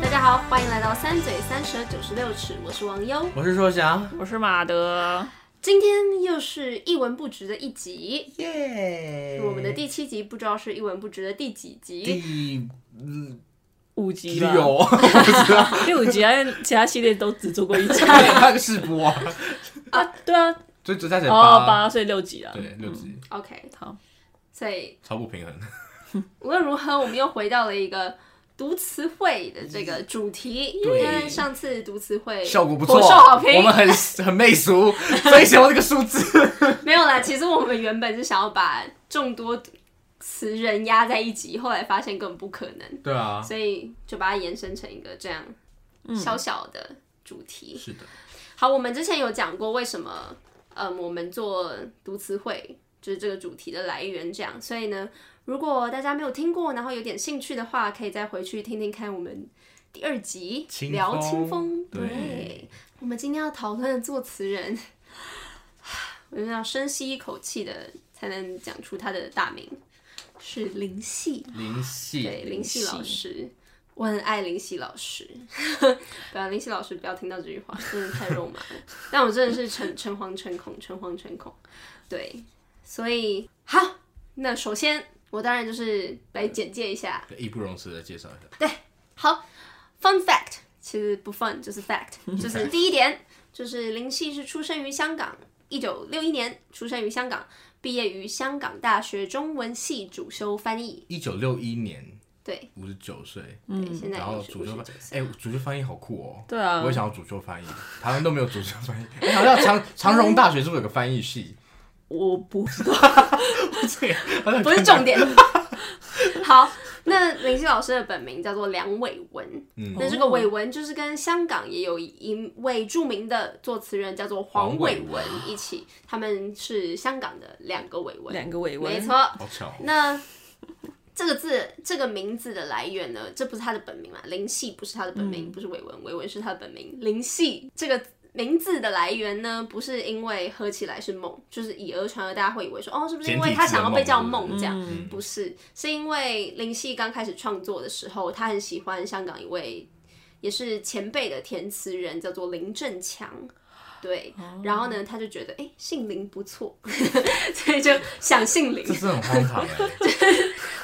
迎来到三嘴三舌九十六尺，我是王优。我是说翔，我是马德，今天又是一文不值的一集，耶我们的第七集不知道是一文不值的第几集，第嗯五集吧，六， 六集啊，因为其他系列都只做 过一集那个试播啊，啊，对啊，所以只加起来哦，八，八所以六集啊，对，六集 OK，好，所以超不平衡，无论如何，我们又回到了一个读词汇的这个主题。对但上次读词汇效果不错，火受好评我们很很 媚俗，所以喜欢这个数字。没有啦，其实我们原本是想要把众多词人压在一起，后来发现根本不可能，对啊，所以就把它延伸成一个这样小小的主题。是的，好，我们之前有讲过为什么，嗯，我们做读词汇就是这个主题的来源这样，所以呢，如果大家没有听过，然后有点兴趣的话，可以再回去听听看我们第二集清聊清风风。对对，我们今天要讨论的作词人， 我们要深吸一口气的才能讲出他的大名，是林夕。灵对，系林夕老师，我很爱林夕老师。 对啊，林夕老师不要听到这句话，真的太肉麻了。但我真的是诚诚惶诚恐，诚惶诚恐。对，所以好，那首先我当然就是来简介一下。义不容辞的介绍一下，好，fun fact，其实不 fun 就是 fact，就是第一点，就是林夕是出生于香港，一九六一年出生于香港，毕业于香港大学中文系主修翻译。一九六一年对，五十九岁，对，现在嗯然后已经主是59修翻岁，哎，主修翻译好酷哦，对啊我也想要主修翻译，台湾都没有主修翻译，哎好像长长荣大学是不是有个翻译系？我不知道，对，好像不是重点。好，那林夕老师的本名叫做梁伟文，嗯那这个伟文就是跟香港也有一位著名的作词人叫做黄伟黄伟文一起，他们是香港的两个伟文，两个尾纹，没，错。好巧哦，那这个字这个名字的来源呢？这不是他的本名嘛？林夕不是他的本名，不是伟文，伟文是他的本名。林夕这个名字的来源呢，不是因为合起来是梦，就是以讹传讹，大家会以为说哦，是不是因为他想要被叫梦这样？嗯不是，是因为林夕刚开始创作的时候，他很喜欢香港一位也是前辈的填词人，叫做林振强。对，然后呢，他就觉得哎、诶姓林不错， 所以就想姓林这。是很荒唐哎。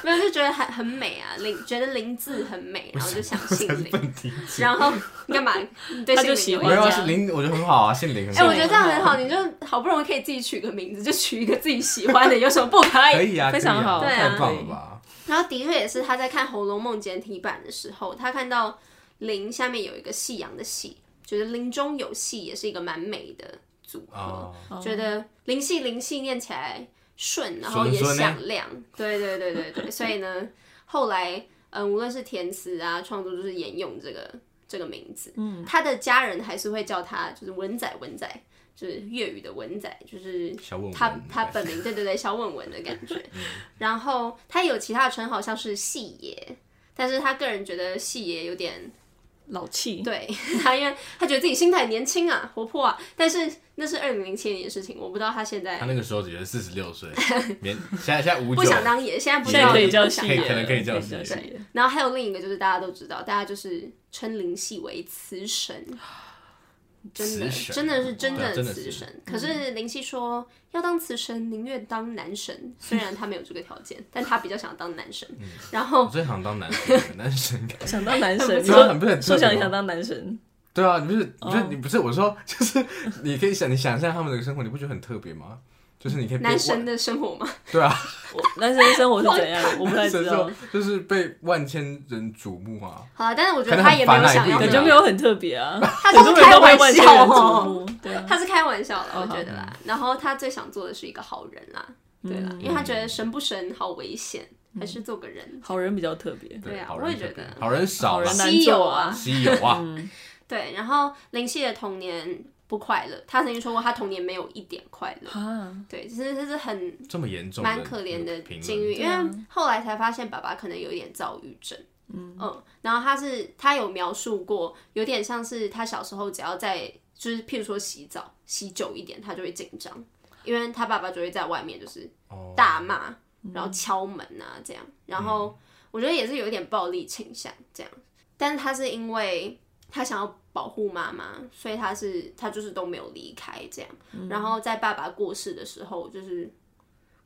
没有就觉得很很美啊，林觉得林字很美，然后 就想姓才是林。笨题。然后你干嘛？你对他姓就林喜有欢意没见有这啊，样是林，我觉得很好啊，姓林很哎、好。我觉得这样很好，你就好不容易可以自己取个名字，就取一个自己喜 欢的，有什么不可以？可以啊，非常可以啊好对啊太棒了吧？然后的确也是他在看《红楼梦》简体版的时候，他看到林下面有一个夕阳的夕，觉得林中有戏也是一个蛮美的组合，哦觉得林夕林夕念起来顺，然后顺也顺欸响亮。对对对对对，所以 呢，后来嗯，无论是填词啊、创作，就是沿用这个这个名字。嗯，他的家人还是会叫他就是文仔文仔，就是粤语的文仔，就是小文文嗯他他本名，对对对，小文文的感 觉。然后他有其他的称号，像是戏爷，但是他个人觉得戏爷有点老气，对 他，因为他觉得自己心态年轻啊，活泼啊。但是那是二零零七年的事情，我不知道他现在他那个时候只是四十 六岁，免现在现在五不九，想当爷，现在不知现在道可以叫不想戏可爷以了，可能可以叫戏戏爷，然后还有另一个就是大家都知道，大家就是称林夕为词神，真的词神真的是真对啊的真的词是神。可是林夕说要当词神，宁愿当男神，虽然他没有这个条件，但他比较想当男神。嗯然我后最想当男神，男神。想当男神，你对啊 很不说很说特别想吗想当男神，对啊，你不是，不是哦你不是，我说就是你可以想，你想象他们的生活，你不觉得很特别吗？就是你可以被男神万的生活嘛，对啊，我男神生活是怎样， 我不太男神知这道种，就是被万千人瞩目啊。好了，但是我觉得可能他很也没有烦啊想也要不这样，一定感觉没有很特别啊，他就很是多人开都会玩万千笑人瞩哦，目，对啊，他是开玩笑的，我哦好觉得啦。然后他最想做的是一个好人啦，对啦，因为他觉得神不神好危险，还是做个人。好人比较特别，对啊好我人也觉特别得好人少好了人，难稀有做啊啊，稀有 啊，对，然后林夕的童年不快乐，他曾经说过他童年没有一点快乐。啊，对，其实这是很这么严重的，蛮可怜的评境论，遇，因为后来才发现爸爸可能有一点躁郁症。嗯然后他是他有描述过，有点像是他小时候只要在就是譬如说洗澡洗久一点，他就会紧张，因为他爸爸就会在外面就是哦大骂，然后敲门啊这样，然后我觉得也是有一点暴力倾向这样，但是他是因为他想要保护妈妈，所以他是他就是都没有离开这样。然后在爸爸过世的时候，就是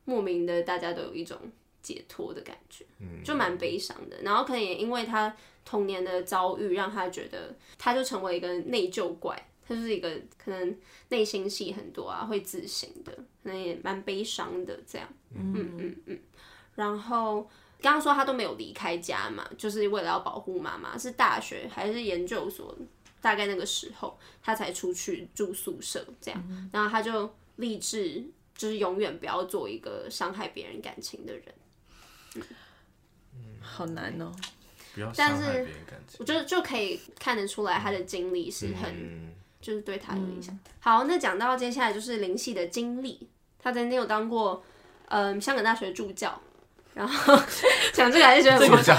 莫名的大家都有一种解脱的感觉，嗯就蛮悲伤的。然后可能也因为他童年的遭遇，让他觉得他就成为一个内疚怪，他就是一个可能内心戏很多啊，会自省的，可能也蛮悲伤的这样。嗯嗯嗯。然后刚刚说他都没有离开家嘛，就是为了要保护妈妈。是大学还是研究所？大概那个时候他才出去住宿舍这样，然后他就立志就是永远不要做一个伤害别人感情的人。好难哦。不要但伤害是别人感情。我觉得就可以看得出来他的经历是很嗯，就是对他有影响。好，那讲到接下来就是林夕的经历，他曾经有当过嗯、香港大学助教，然后 讲这个还是觉得助很教，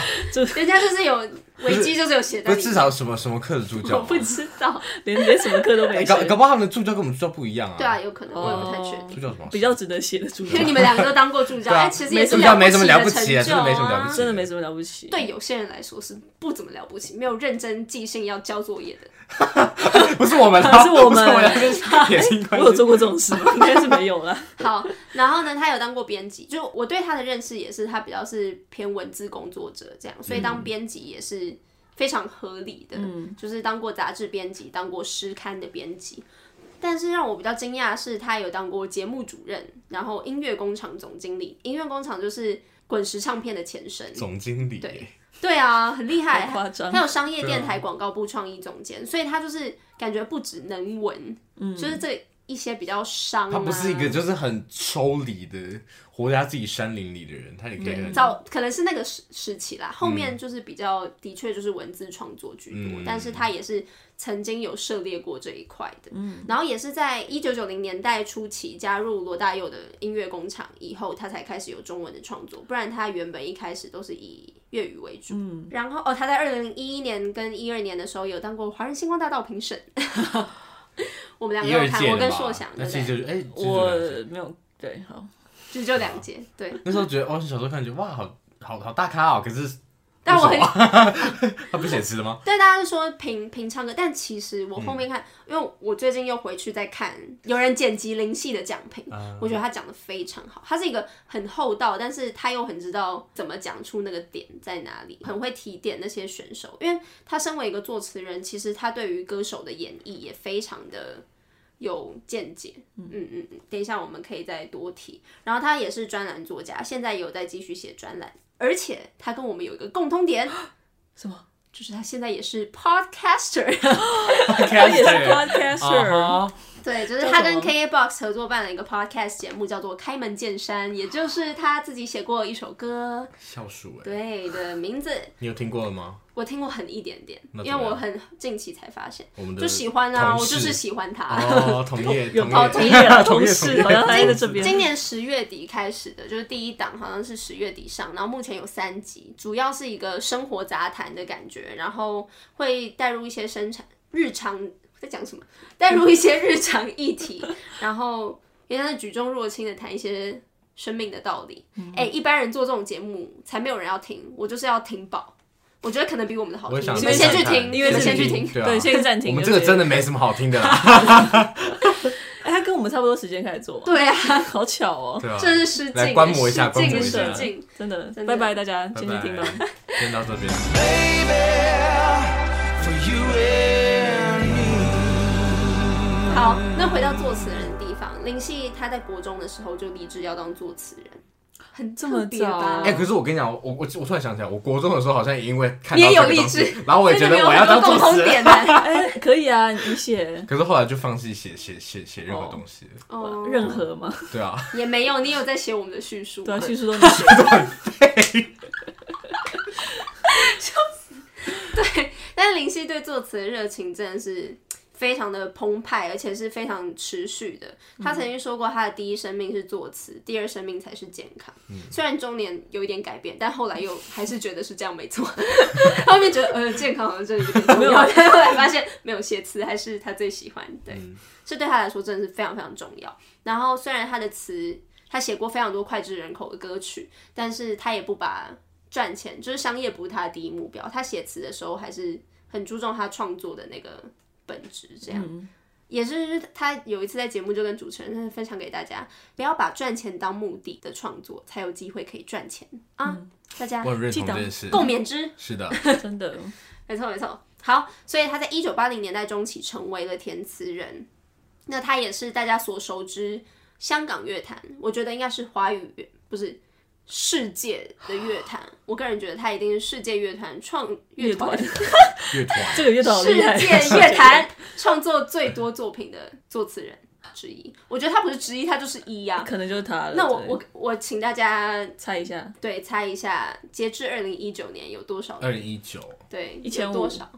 人家就是有维基就是有写不在是里至面，少什么什么课的助教我吗，不知道，连连什么课都没搞搞学，不好他们的助教跟我们助教不一样啊。 对啊，，有可能我也不太确哦定。助教什么？比较值得写的主因为角，你们两个都当过助教，对啊哎、其实也是助教没什么了不不起起的啊成就啊真的没什么了不起真对的没什么了不起。有些人来说是不怎么了不起，没有认真记性要交作业的。 不是我们啊，不是我们不是我们啊 那边撇清我关有系。做过这种事吗？应该是没有啦。好，然后呢，他有当过编辑，就我对他的认识也是他比较是偏文字工作者这样，所以嗯当编辑也是非常合理的，就是当过杂志编辑，当过诗刊的编辑。但是让我比较惊讶的是，他有当过节目主任，然后音乐工厂总经理。音乐工厂就是滚石唱片的前身，总经理，对对啊，很厉害，好夸张啊还有商业电台广告部创意总监，所以他就是感觉不只能文，嗯就是这一些比较商、啊，他不是一个就是很抽离的，活在他自己山林里的人，他也可以对很早可能是那个时时期啦，后面就是比较、的确就是文字创作居多，嗯但是他也是曾经有涉猎过这一块的，然后也是在一九九零年代初期加入罗大佑的音乐工厂以后，他才开始有中文的创作，不然他原本一开始都是以粤语为主，然后哦，他在二零一一年跟一二年的时候有当过华人星光大道评审， 我们两个一有二看，届我跟了吧硕翔，那对不其对？实就是哎，其实就我两届没有对，好，就就两节，对。那时候觉得，哦，小时候看觉得哇，好好好大咖哦，可是但我很他不写诗 了吗？对，大家就说评评唱歌，但其实我后面看，因为我最近又回去再看，有人剪辑林夕的讲评，我觉得他讲的非常好，他是一个很厚道，但是他又很知道怎么讲出那个点在哪里，很会提点那些选手，因为他身为一个作词人，其实他对于歌手的演绎也非常的。有见解，嗯嗯嗯，等一下我们可以再多提。然后他也是专栏作家，现在有在继续写专栏，而且他跟我们有一个共通点，什么？就是他现在也是 podcaster， 他也是啊 podcaster，哈对，就是他跟叫什 KKBOX 合作办了一个 podcast 节目，叫做《开门见山》，也就是他自己写过一首歌，笑鼠哎，对的名字，你有听过了吗？我听过很一点点，那因怎为么样我很近期才发现，我们的就喜欢啊，我同就事是喜欢他。哦，同 业有同业同业啊同业同事同业好像待在这边今年十月底开始的，就是第一档，好像是十月底上，然后目前有三集，主要是一个生活杂谈的感觉，然后会带入一些生产日常在讲什么， 带入一些日常议题，然后也像是举重若轻的谈一些生命的道理。哎、一般人做这种节目才没有人要听，我就是要听饱。我觉得可能比我们的好我也听，想你们先去看听，看你因为们是先去你听。对啊对，，先暂停。我们这个真的对，没什么好听 的啦，哎，他跟我们差不多时间开始做，对啊， 好巧哦，对啊，这是失来敬，观摩一下失观敬，摩一失下敬。真的真，的拜拜大家，拜今天拜听到。，先到这边。好，那回到作词人的地方，林夕他在国中的时候就立志要当作词人，很这么特别吧早？哎、可是我跟你讲，我我我突然想起来，我国中的时候好像也因为看你到也这有个励东西志，然后我也觉真得的我没有要很当多共主同持人，点 呢。哎，可以啊，你写可是后来就放弃写写写写任何东西了，哦，任何吗？对啊，也没有，你有在写我们的叙述对吗啊，？叙述都没写。 但是林夕对作词的热情真的是非常的澎湃，而且是非常持续的。他曾经说过，他的第一生命是作词，第二生命才是健康。嗯虽然中年有一点改变，但后来又还是觉得是这样没错。后面觉得呃健康好像真的有点重要，但后来发现没有写词还是他最喜欢，对，这对他来说真的是非常非常重要。然后虽然他的词。他写过非常多脍炙人口的歌曲，但是他也不把赚钱，就是商业不是他的第一目标。他写词的时候还是很注重他创作的那个本质，这样。也是他有一次在节目就跟主持人分享给大家，不要把赚钱当目的的创作，才有机会可以赚钱啊！大家我很认记同得这件事。共勉之。是的，真的，没错没错。好，所以他在一九八零年代中期成为了填词人，那他也是大家所熟知香港乐坛，我觉得应该是华语乐不是世界的乐坛，我个人觉得他一定是世界乐坛创乐团乐团这个乐团好世厉害，界 乐坛创作最多作品的作词人之一。我觉得他不是之一，他就是一呀、可能就是他了。那我对我我请大家猜一下，对猜一下，截至二零一九年有多少二零一九，对1500有多少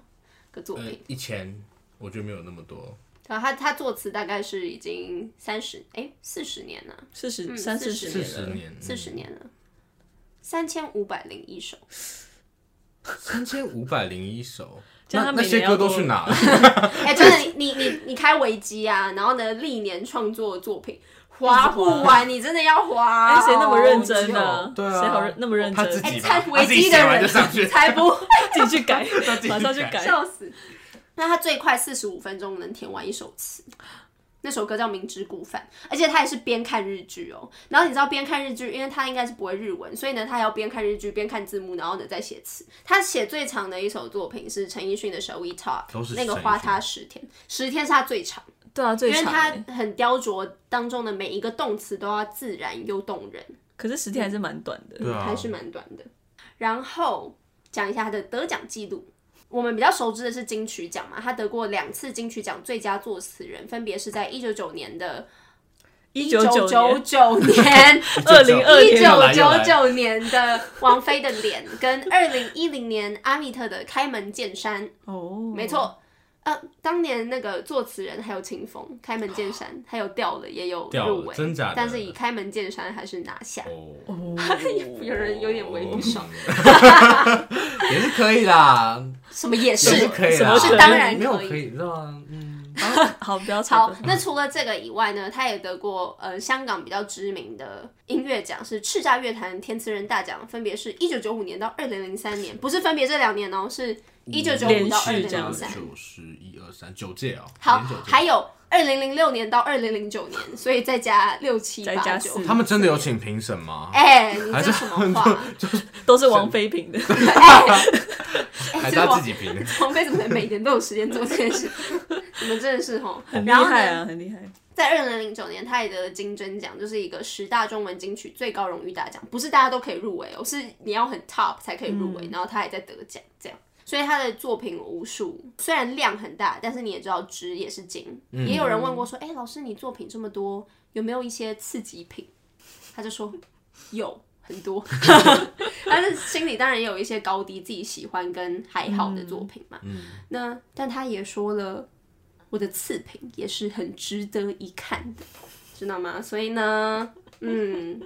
个作品？呃，一千，我觉得没有那么多。然后他他作词大概是已经三十哎四十年了，四十嗯三四40十四年十了，年，嗯四十年了，三千五百零一首。 三千五百零一首，这样那他那每年些要歌都多去哪了？哎、就是你你你你开维基啊，然后呢历年创作作品划不完，你真的要划、哎，谁那么认真哦呢？对啊谁好认那么认他自真？哎、己吧看，他维自己基写的完就人上去，才不会自己去改他 自，己马上去改改。笑死。那他最快四十五分钟能填完一首词。那首歌叫《明知故犯》，而且他也是边看日剧哦。然后你知道边看日剧，因为他应该是不会日文，所以呢，他还要边看日剧边看字幕，然后呢再写词。他写最长的一首作品是陈奕迅的《Shall We Talk 都》，是那个陈奕花迅他十天，十天是他最长。对啊，最因为长他欸。很雕琢当中的每一个动词都要自然又动人，可是十天还是蛮短的。对啊还是蛮短的。然后讲一下他的得奖记录，我们比较熟知的是金曲奖嘛，他得过两次金曲奖最佳作词人，分别是在一九九年的一九九九九九 年。二零二一年又九来又九来九年的王菲的脸，跟二零一零年阿密特的开门见山，哦，没错，呃，当年那个作词人还有秦风，开门见山，还有掉了也有掉了入围，真假的但是以开门见山还是拿下。哦， 有人有点为不爽， 也是可以啦，什么也也是可以什啦，么是当然没有可以可以，知道吗？嗯， 好，不要吵好。，那除了这个以外呢，他也得过呃香港比较知名的音乐奖，是叱咤乐坛填词人大奖，分别是一九九五年到二零零三年，不是分别这两年哦，是一九九连五续到二零这样零子三。九十一二三九届哦，好连九，届还有二零零六年到二零零九年，所以再加六七再八加九哦四。他们真的有请评审吗？哎、你还这是什么话？ 都是王菲评的，哎还是这个他我自己评？王菲怎么每年都有时间做这件事？ 你们真的是吼。很厉然后害呢，啊，很厉害。在二零零九年，他也得了金针奖，就是一个十大中文金曲最高荣誉大奖，不是大家都可以入围哦，是你要很 top 才可以入围。然后他还在得奖，这样。所以他的作品无数，虽然量很大，但是你也知道值也是金。也有人问过说：“哎、老师，你作品这么多，有没有一些次级品？”他就说：“有很多。”但是心里当然也有一些高低自己喜欢跟还好的作品嘛。那但他也说了，我的次品也是很值得一看的，知道吗？所以呢，嗯，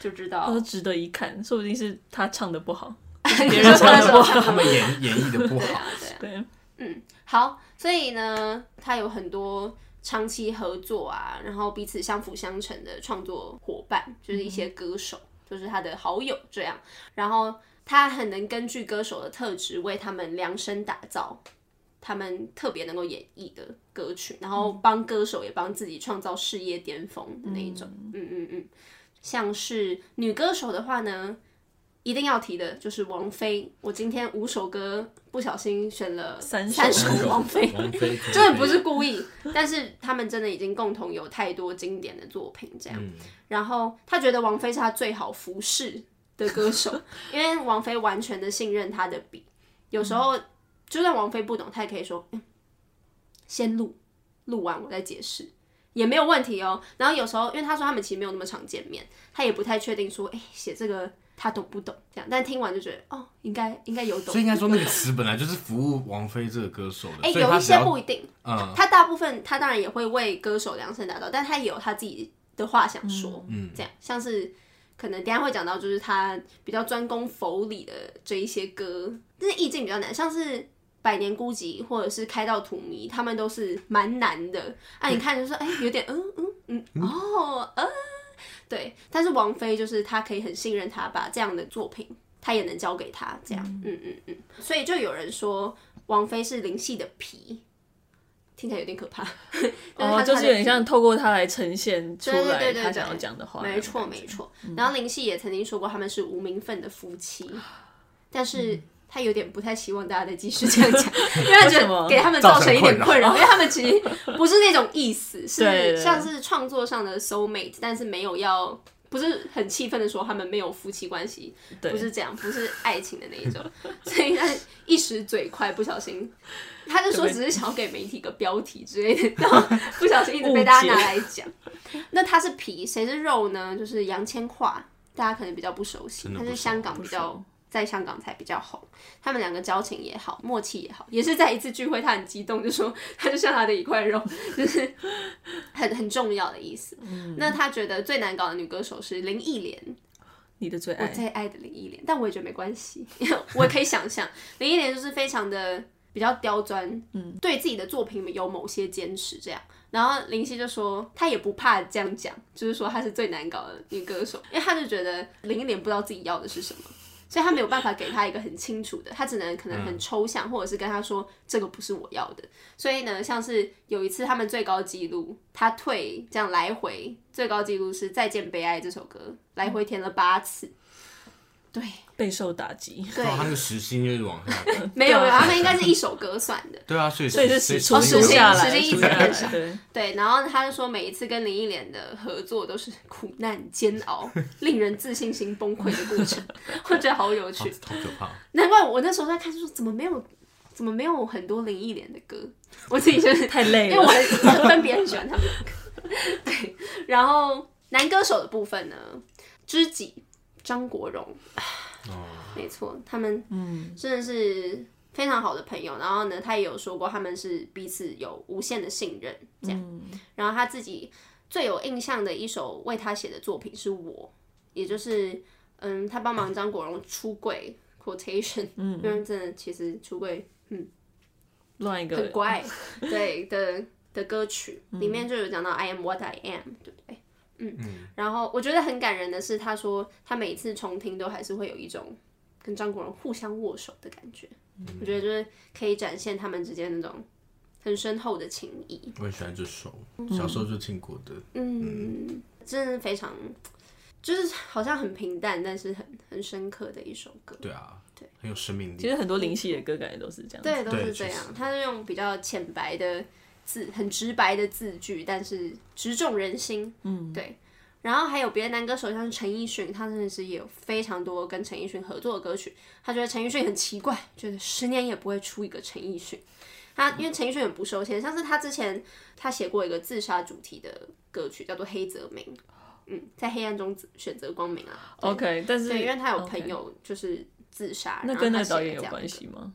就知他道说哦值得一看，说不定是他唱的不好。 别人唱得不好， 他们演演绎的不对好， 啊，对啊。对，嗯，好，所以呢，他有很多长期合作啊，然后彼此相辅相成的创作伙伴，就是一些歌手，就是他的好友这样。然后他很能根据歌手的特质为他们量身打造他们特别能够演绎的歌曲，然后帮歌手也帮自己创造事业巅峰的那一种。嗯嗯嗯，像是女歌手的话呢，一定要提的就是王菲。我今天五首歌不小心选了三首三首王菲，王菲可以真的不是故意，但是他们真的已经共同有太多经典的作品这嗯样。然后他觉得王菲是他最好服侍的歌手，因为王菲完全的信任他的笔，有时候就算王菲不懂，他也可以说，嗯、先录，录完我再解释。也没有问题哦。然后有时候，因为他说他们其实没有那么常见面，他也不太确定说，哎、写这个他懂不懂这样。但听完就觉得，哦，应该应该有懂。所以应该说那个词本来就是服务王菲这个歌手的，哎、所以有他一只些要不一定，嗯他大部分他当然也会为歌手量身打造，但他也有他自己的话想说，嗯，这样像是可能等一下会讲到，就是他比较专攻佛理的这一些歌，但是意境比较难，像是。百年孤寂或者是开到荼蘼，他们都是蛮难的。啊，你看就说，哎、有点嗯嗯嗯，哦，呃，对。但是王菲就是她可以很信嗯任他，把这样的作品，她也能交给他，这样，嗯嗯嗯。所以就有人说，王妃是灵系的皮，听起来有点可怕。 但哦，她就是有点她的像透过他来呈现出对对来对对他对想要讲的话没那种感错觉，没错。然后林夕也曾经说过他们是无名分的夫妻，但是他有点不太希望大家再继续这 样讲，因为他觉为什么得给他们造成一点困扰，因为他们其实不是那种意思， 对对是对像是创作上的 soul mate，但是没有要。不是很气愤的说他们没有夫妻关系，对不是这样，不是爱情的那一种，所以他一时嘴快，不小心，他就说只是想要给媒体个标题之类的，然后不小心一直被大家拿来讲。那它是皮，谁是肉呢？就是杨千嬅，大家可能比较不熟悉，真的她不熟是香港不比较熟在香港才比较红。他们两个交情也好，默契也好，也是在一次聚会，他很激动，就说他就像他的一块肉，就是很很重要的意思。那他觉得最难搞的女歌手是林忆莲，你的最我爱，最爱的林忆莲，但我也觉得没关系， 因为我也可以想象林忆莲就是非常的比较刁钻，嗯，对自己的作品有某些坚持这样。然后林夕就说，她也不怕这样讲，就是说她是最难搞的女歌手，因为她就觉得林忆莲不知道自己要的是什么，所以她没有办法给她一个很清楚的，她只能可能嗯很抽象，或者是跟她说这个不是我要的。所以呢，像是有一次他们最高纪录，他退这样来回最高纪录是《再见悲哀》这首歌，来回填了八次。对备受打击，对，哇，他那个时薪就是往下掉。没有没对有，啊他们应该是一首歌算的。对啊，所以所以是时时所以时出薪下时来，薪一直对变少对，对，然后他就说每一次跟林忆莲的合作都是苦难煎 熬，令人自信心崩溃的过程， 我觉得好有好趣。好可怕。难怪我那时候在看，就说怎么没有，怎么没有很多林忆莲的歌？我自己就是太累因为我了，很分别很喜欢他们的歌。对，然后男歌手的部分呢，知己张国荣，哦，没错，他们嗯，真的是非常好的朋友。然后呢，他也有说过他们是彼此有无限的信任，这样。然后他自己最有印象的一首为他写的作品是我，也就是嗯，他帮忙张国荣出柜 quotation，嗯，因为真的其实出柜乱一很个，嗯乖，对的的歌曲里面就有讲到 I am what I am，对不对？嗯，然后我觉得很感人的是，他说他每次重听都还是会有一种跟张国荣互相握手的感觉，我觉得就是可以展现他们之间那种很深厚的情谊。我很喜欢这首，小时候就听过的。嗯，真的非常，就是好像很平淡，但是很很深刻的一首歌。对啊，很有生命力。其实很多灵系的歌感觉都是这样，对，都对是这确样。他是用比较浅白的字，很直白的字句，但是直中人心。嗯，对。然后还有别的男歌手，像是陈奕迅，他真的是也有非常多跟陈奕迅合作的歌曲。他觉得陈奕迅很奇怪，觉得十年也不会出一个陈奕迅。他因为陈奕迅很不收钱，像是他之前他写过一个自杀主题的歌曲，叫做《黑泽明》。嗯，在黑暗中选择光明啊。 ，OK，但哦是对，因为他有 OK 朋友就是自杀，那然后跟那他个导写了演有这样关的系吗？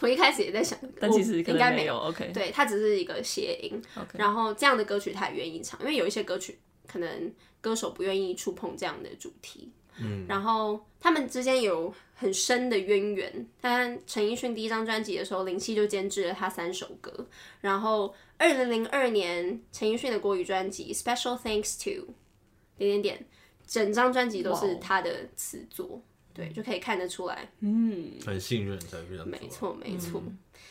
我一开始也在想，但我其实可应该能没没有，OK，对，它只是一个谐音。 OK 然后这样的歌曲他也愿意唱，因为有一些歌曲可能歌手不愿意触碰这样的主题。嗯，然后他们之间有很深的渊源。但陈奕迅第一张专辑的时候，林夕就监制了他三首歌。然后二零零二年陈奕迅的国语专辑《Special Thanks to》点点点，整张专辑都哇是哦他的词作。对，就可以看得出来，嗯很信任才会这样做啊。没错，没错。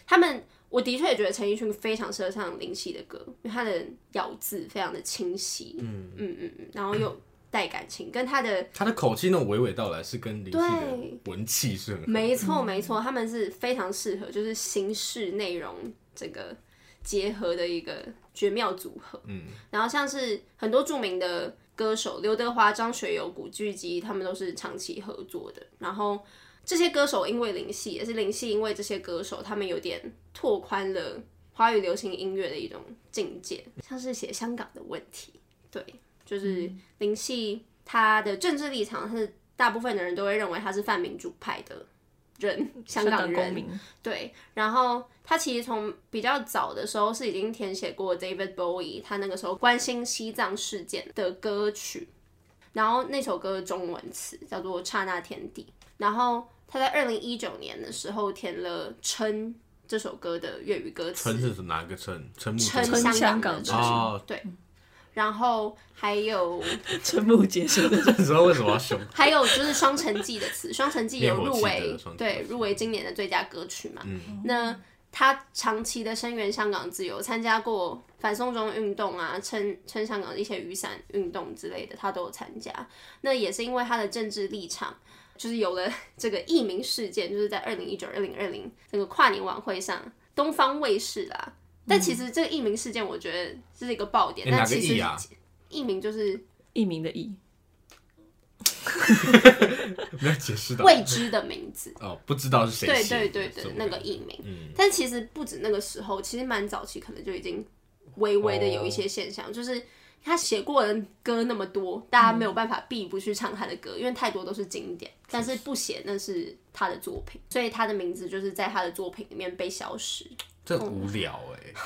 他们，我的确也觉得陈奕迅非常适合唱林夕的歌，因为他的咬字非常的清晰，嗯嗯嗯嗯，然后又带感情，跟他的他的口气那种娓娓道来，是跟林夕对的文气是很合的没错没错，他们是非常适合，就是形式内容这个结合的一个绝妙组合。嗯，然后像是很多著名的歌手，刘德华、张学友、古巨基，他们都是长期合作的。然后这些歌手因为林夕，也是林夕因为这些歌手，他们有点拓宽了华语流行音乐的一种境界，像是写香港的问题，对，就是林夕他的政治立场是。大部分的人都会认为他是泛民主派的人，香港公人，民，对，然后他其实从比较早的时候是已经填写过 David Bowie 他那个时候关心西藏事件的歌曲，然后那首歌的中文词叫做《刹那天地》，然后他在二零一九年的时候填了《撑》这首歌的粤语歌词称，是哪个称？瞠撑目结 称舌。香香港的歌港之曲，哦对，然后还有瞠目结 舌的这时候为什么要凶？还有就是《双城记》的词，《双城记》有入灭火器围的双城记 嗯对入围今年的最佳歌曲嘛。那他长期的声援香港自由，参加过反送中运动啊，撑撑香港的一些雨伞运动之类的，他都有参加。那也是因为他的政治立场，就是有了 这个艺名事件，就是在二零一九、二零二零那个跨年晚会上，东方卫视啦。但其实这个艺名事件，我觉得这是一个爆点。诶但哪个其艺实啊艺名就是艺名的艺，没有解释的。未知的名字。哦，不知道是谁对写对的对对，这种那个感觉嗯艺名。但其实不止那个时候，其实蛮早期，可能就已经微微的有哦一些现象，就是他写过的歌那么多，大家没嗯有办法避不去唱他的歌，因为太多都是经典，但是不写那是他的作品，所以他的名字就是在他的作品里面被消失。这很无聊 哎。哦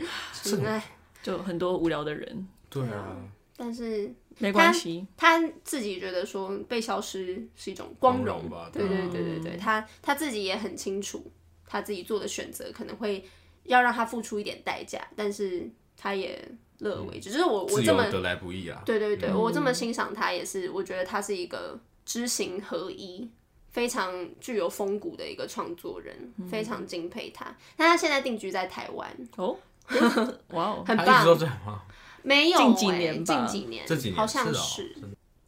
嗯哎，就很多无聊的人，对啊，但是没关系。他自己觉得说被消失是一种光光荣荣吧嗯对对对对对，他他自己也很清楚，他自己做的选择可能会要让他付出一点代价，但是他也乐而为之。就是我我嗯自这由么得来不易啊。对对对，我这么欣赏他也是，我觉得他是一个知行合一、非常具有风骨的一个创作人，嗯非常敬佩他。那他现在定居在台湾，哦，哇哦，很他一直都棒。这样吗？没有、欸，近几年吧近几年，这几年好像是哦是，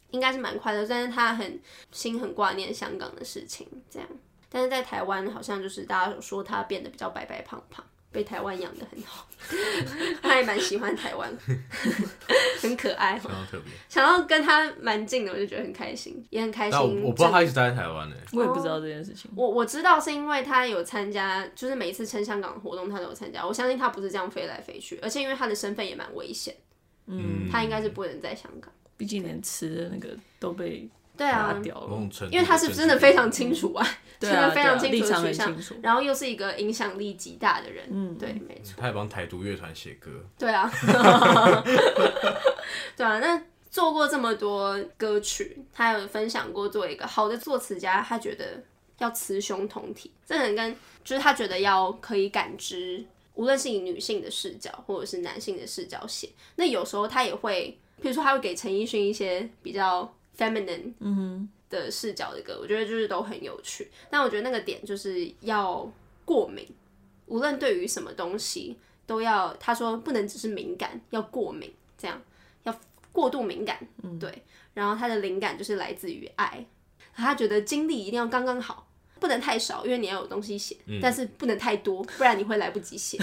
应该是蛮快乐，但是他很心很挂念香港的事情，这样。但是在台湾，好像就是大家有说他变得比较白白胖胖，被台湾养的很好， 他也蛮喜欢台湾， 很可爱。相当特别。想到跟他蛮近的，我就觉得很开心，也很开心。但我我不知道他一直待在台湾呢。欸我也不知哦道这件事情。我我知道是因为他有参加，就是每一次撑香港的活动他都有参加。我相信他不是这样飞来飞去，而且因为他的身份也蛮危险，嗯，他应该是不能在香港。毕竟连吃的那个都被对拿啊，掉了某，种程度因为他是真的非常清楚啊，对真啊，的非对啊常清立楚的场取很向清楚，然后又是一个影响力极大的人，嗯，对，没错，他也帮台独乐团写歌，对啊， 对啊，那做过这么多歌曲，他有分享过作为一个好的作词家，他觉得要雌雄同体，这很跟就是他觉得要可以感知，无论是以女性的视角或者是男性的视角写，那有时候他也会，比如说他会给陈奕迅一些比较 feminine 嗯哼，的视角的歌，我觉得就是都很有趣。但我觉得那个点就是要过敏，无论对于什么东西都要，他说不能只是敏感，要过敏，这样要过度敏感，嗯对。然后他的灵感就是来自于爱，他觉得精力一定要刚刚好。不能太少，因为你要有东西写，嗯但是不能太多，不然你会来不及写。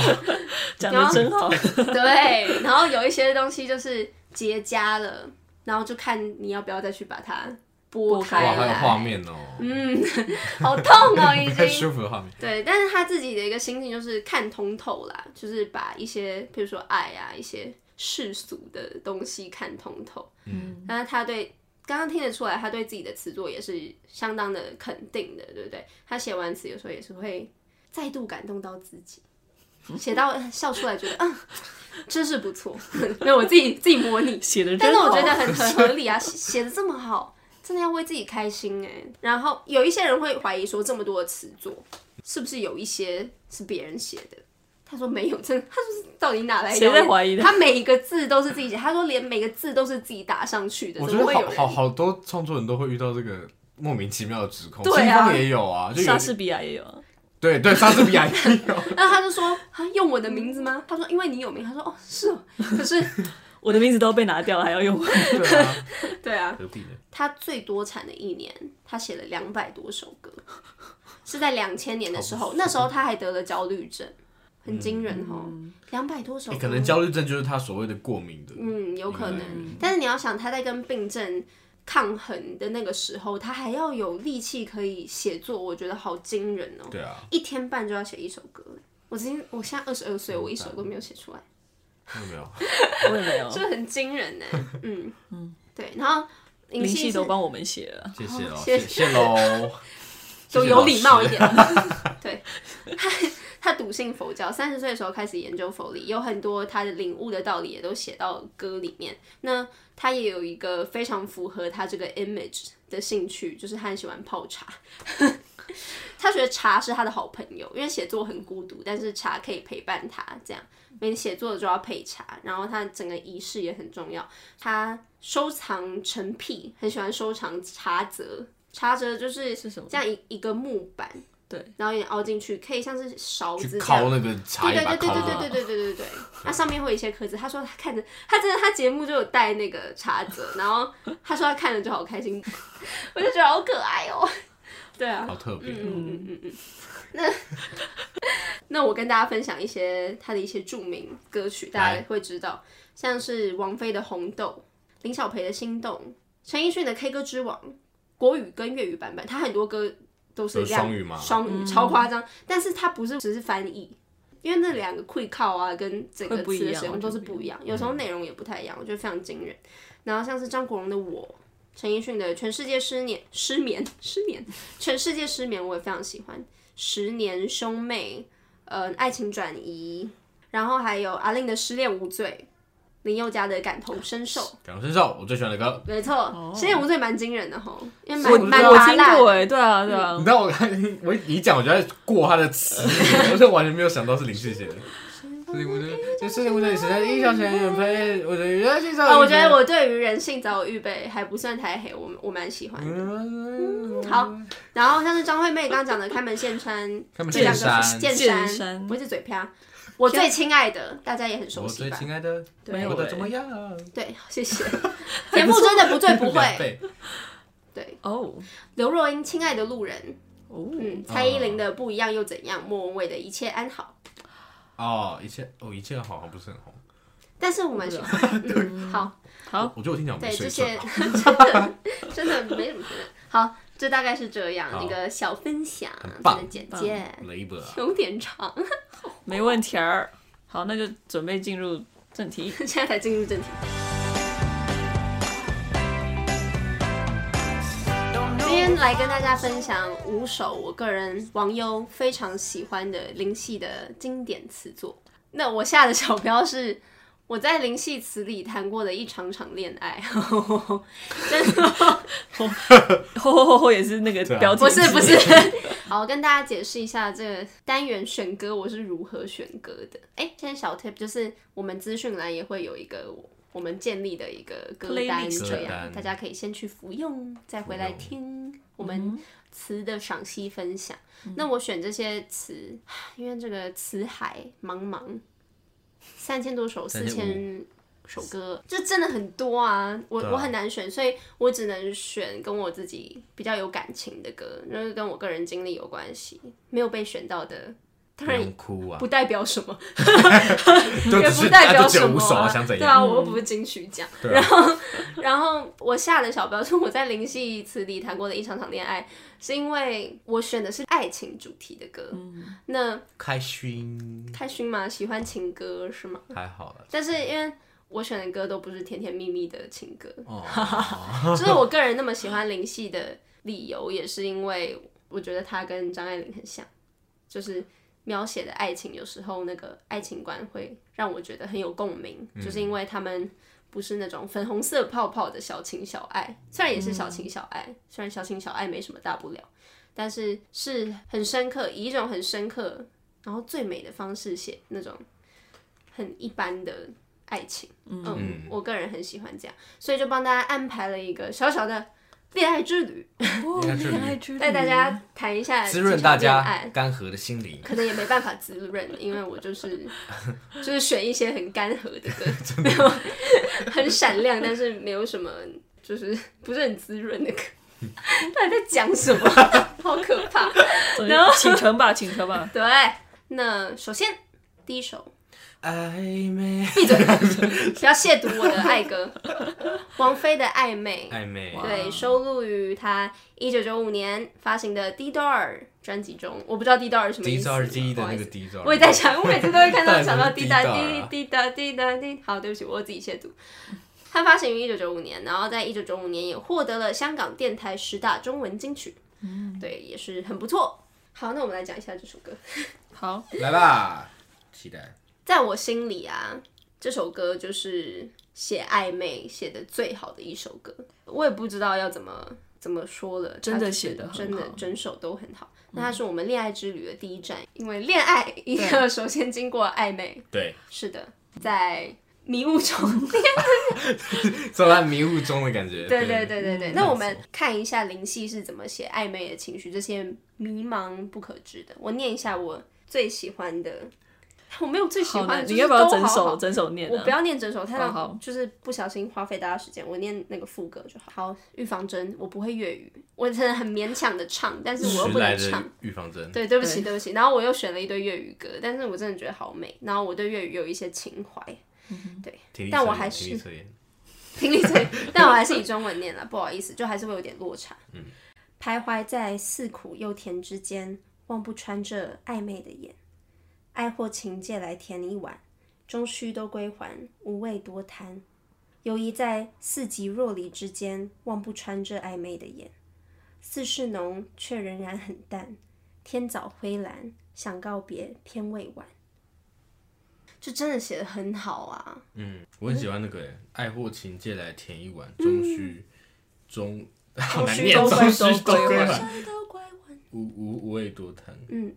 讲哦的真好，对，然后有一些东西就是结痂了，然后就看你要不要再去把它剥剥开开哇，还有来。嗯画面哦， 好痛哦，已太经。舒服的画面。对，但是他自己的一个心情就是看通透啦，就是把一些，比如说爱啊，一些世俗的东西看通透。嗯，但是他对刚刚听得出来，他对自己的词作也是相当的肯定的，对不对？他写完词有时候也是会再度感动到自己，写到笑出来，觉得嗯，真是不错。 没有，我自己自己模拟，写 的但真是我好觉。得 很很合理啊，写写的这么好，真的要为自己开心哎、然后有一些人会怀疑说，这么多的词作，是不是有一些是别人写的？他说没有，真的，他说是到底哪来的？谁在怀疑的他每一个字都是自己写，他说连每个字都是自己打上去的，我怎觉么得会有好好人？好多创作人都会遇到这个莫名其妙的指控，对啊西方也有啊，就有莎士比亚也有啊，对对，莎士比亚也 有， 那他就说啊，用我的名字吗？他说因为你有名，他说哦是哦，可是 我的名字都被拿掉了，还要用我。对啊，对啊，何必呢？他最多产的一年，他写了两百多首歌， 是在两千年的时候，那时候他还得了焦虑症，很惊人哦，两百、多首歌、欸可能焦虑症就是他所谓的过敏的，嗯，有可能嗯。但是你要想，他在跟病症抗衡的那个时候，他还要有力气可以写作，我觉得好惊人哦，对啊，一天半就要写一首歌。我今天我现在二十二岁，我一首都没有写出来。有没有？我也没有，就很惊人呢。嗯嗯，对，然后林林夕夕是都帮我们写了，谢谢喽，好谢谢谢谢喽，就谢谢有老礼师貌一 点。对，他他笃信佛教，三十岁的时候开始研究佛理，有很多他的领悟的道理也都写到歌里面。那他也有一个非常符合他这个 image 的兴趣，就是他很喜欢泡茶。他觉得茶是他的好朋友，因为写作很孤独，但是茶可以陪伴他。这样，每写作就要配茶，然后他整个仪式也很重要。他收藏陈癖，很喜欢收藏茶则。茶则就是是什么这样一一个木板，对，然后有点凹进去，可以像是勺去子这敲样。那个茶对叶对把对它敲对着。对对对对对对对，那上面会有一些壳子。他说他看着，他真的他节目就有带那个茶则，然后他说他看着就好开心， 我就觉得好可爱哦。对啊，好特别、哦。嗯嗯嗯嗯 嗯，那那我跟大家分享一些他的一些著名歌曲，大家来会知道，像是王菲的《红豆》，林小培的《心动》，陈奕迅的《K 歌之王》，国语跟粤语版本，他很多歌都是有两双语吗双语超夸张，但是他不是只是翻译。因为那两个 quick call 啊，跟整个会不一词的样使用完全都是不不一样，有时候内容也不太一样，我觉得非常惊人。然后像是张国荣的《我》，陈奕迅的《全世界失眠》，失眠，失眠， 全世界失眠，我也非常喜欢。十年兄妹，呃，爱情转移，然后还有阿令的失恋无罪，林宥嘉的感同身受，感同身受，我最喜欢的歌。没错，失恋无罪蛮惊人的吼，因为我蛮蛮哦我拔听辣过的。哎，对啊对啊嗯你，知道我看我一讲，我就在过他的词， 我就完全没有想到是林夕写的。所以我觉得这事情我得实在印象深远非我的娱乐性上。啊，我觉得我对于人性早有预备，还不算太黑，我我蛮喜欢的。嗯好，然后像是张惠妹刚刚讲的《开门见山》，开门这两见个山是，剑剑山，山不是嘴啊啪。我最亲爱的，大家也很熟我悉最吧？亲爱的，没有我的欸怎么样？对，谢 谢。田馥甄的不醉不两会，倍，对，哦刘若英《亲爱的路人哦》，，嗯，蔡依林的不一样又怎样，莫文蔚的一切安好。哦，一切哦，一切好像不是很红。但是我 蛮喜欢，嗯，好，好，我觉得我听起来没对这水些准。 真的真的没什么评论。好，这大概是这样好一个小分享，很棒的简介， Labor 啊有点长，没问题儿。好，那就准备进入正题。 现在才进入正题。今天来跟大家分享五首我个人网友非常喜欢的林夕的经典词作。那我下的小标是我在林夕词里谈过的一场场恋爱， 真的吼吼吼吼，也是那个对啊标题不之一，是不是。好，我跟大家解释一下这个单元选歌我是如何选歌的。哎、现在小 tip 就是我们资讯栏也会有一个我我们建立的一个歌单， Playlist 这歌样单大家可以先去服用，再回来听我们嗯词的赏析分享。那我选这些词，因为这个词海茫茫，三千多首，四千3500首歌，这真的很多啊！我、对啊我很难选，所以我只能选跟我自己比较有感情的歌，那个跟我个人经历有关系。没有被选到的，当不然用哭啊不，代表什 么，就 也只不是代啊表就只什有么、五首啊，啊。想怎对样？啊，我又不是金曲奖。对啊，然后我下的小标是我在林夕词里谈过的一场场恋爱，是因为我选的是爱情主题的歌。嗯那开心开心吗？喜欢情歌是吗？还好了。但是因为我选的歌都不是甜甜蜜蜜的情歌， 哦，所以我个人那么喜欢林夕的理由，也是因为我觉得她跟张爱玲很像，就是描写的爱情，有时候那个爱情观会让我觉得很有共鸣，就是因为他们不是那种粉红色泡泡的小情小爱，虽然也是小情小爱，虽然小情小爱没什么大不了，但是是很深刻，以一种很深刻，然后最美的方式写那种很一般的爱情。嗯我个人很喜欢这样，所以就帮大家安排了一个小小的恋爱之旅，哦恋爱之旅带大家谈一下滋润大这场恋家爱。干涸的心灵。可能也没办法滋润，因为我就是 就是选一些很干涸的歌，没有 很闪亮，但是没有什么就是 不是很滋润的 歌。到底在讲什么？ 好可怕！总之然后请成吧，请成吧。对，那首先第一首，暧昧，不要亵渎我的爱 歌，王菲的《暧昧》。暧昧，对，收录于他一九九五年发行的《D Door》专辑中。我不知道《D Door》是什么意低思。照二记忆的不好那意个思低照，我也在想，我每次都会看到到底想到是不滴是答 D-Dot 滴啊滴答滴答滴。好，对不起，我自己亵渎。它发行于一九九五年，然后在一九九五年也获得了香港电台十大中文金曲，嗯对，也是很不错。好，那我们来讲一下这首歌。好， 来吧，期待。在我心里啊，这首歌就是写暧昧写的最好的一首歌。我也不知道要怎么怎么说了，真的它就是写得很好嗯真的整首都很好。那它是我们恋爱之旅的 第一站，因为恋爱一定要首先经过暧昧。对，是的，在迷雾中， 走在迷雾中的感觉。 对对对对对。嗯那我们看一下灵犀是怎么写暧昧的情绪，这些迷茫不可知的。我念一下我最喜欢的，我没有最喜好欢难，的，你要不要就是都整好好首整首念我啊不？要念整首，太好浪好，就是不小心花费大家时间。我念那个副歌就好。好，预防针，我不会粤语，我真的很勉强的唱，但是我又迟不来能的唱。预防针，对，对不起，对对不起。然后我又选了一堆粤语歌，但是我真的觉得好美。然后我对粤语有一些情怀，体力但测我验还体力是测验听力嘴， 但我还是以中文念了，不好意思，就还是会有点落差。嗯，徘徊在似苦又甜之间，望不穿这暧昧的眼，爱或情借来填一碗，终须都归还，无谓多贪。游移在似即若离之间，望不穿这暧昧的眼，似是浓却仍然很淡。天早灰蓝，想告别偏未晚。就真的写的很好啊！嗯，我很喜欢那个欸爱或情借来填一碗，终须终好难念，终终须须都都归归还还，都啊怪我，无无无谓多谈。嗯，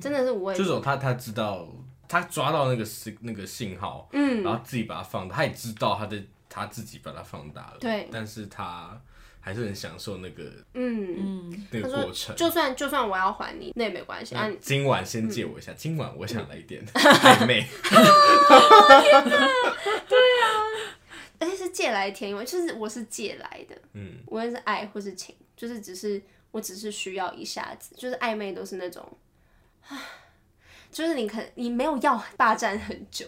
真的是无畏这种他他知道，他抓到那个信那个信号，嗯，然后自己把它放大，他也知道他的他自己把它放大了，对但是他还是很享受那个嗯，嗯，那他个说过程。就算就算我要还你，那也没关系啊。那你今晚先借我嗯一下，今晚我想来一 点暧昧，而且是借来填，因为就是我是借来的，嗯，无论是爱或是情，就是只是我只是需要一下子，就是暧昧都是那种，唉就是你可你没有要霸占很久，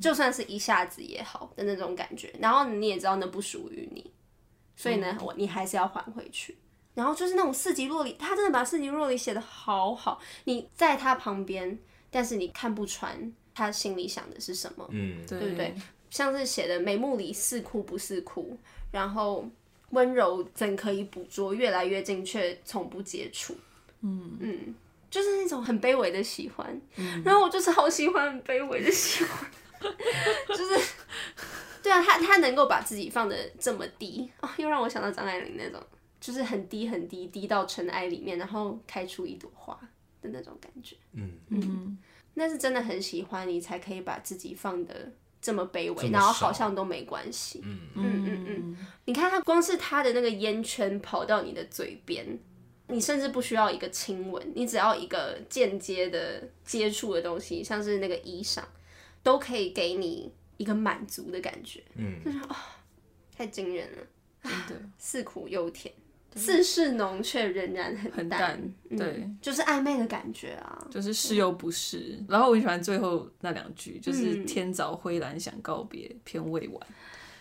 就算是一下子也好的那种感觉。然后你也知道那不属于你，所以呢，我你还是要还回去。然后就是那种四级若离，他真的把四级若离写的好好。你在他旁边，但是你看不穿他心里想的是什么。嗯，对不对？像是写的眉目里似哭不似哭，然后温柔怎可以捕捉，越来越近却从不接触。嗯嗯，就是那种很卑微的喜欢。然后我就是好喜欢很卑微的喜欢，就是。对啊，他他能够把自己放的这么低啊、哦又让我想到张爱玲那种，就是很低很低，低到尘埃里面，然后开出一朵花的那种感觉。嗯，那是真的很喜欢你，才可以把自己放的这么卑这微，么然后少好像都没关系。嗯嗯嗯嗯，你看他光是他的那个烟圈跑到你的嘴边，你甚至不需要一个亲吻，你只要一个间接的接触的东西，像是那个衣裳，都可以给你一个满足的感觉，嗯，太惊人了，真的似苦又甜，似是浓却仍然很很淡，嗯对，就是暧昧的感觉啊。就是是又不是。然后我很喜欢最后那两句，就是嗯“天早灰蓝想告别，偏未晚”。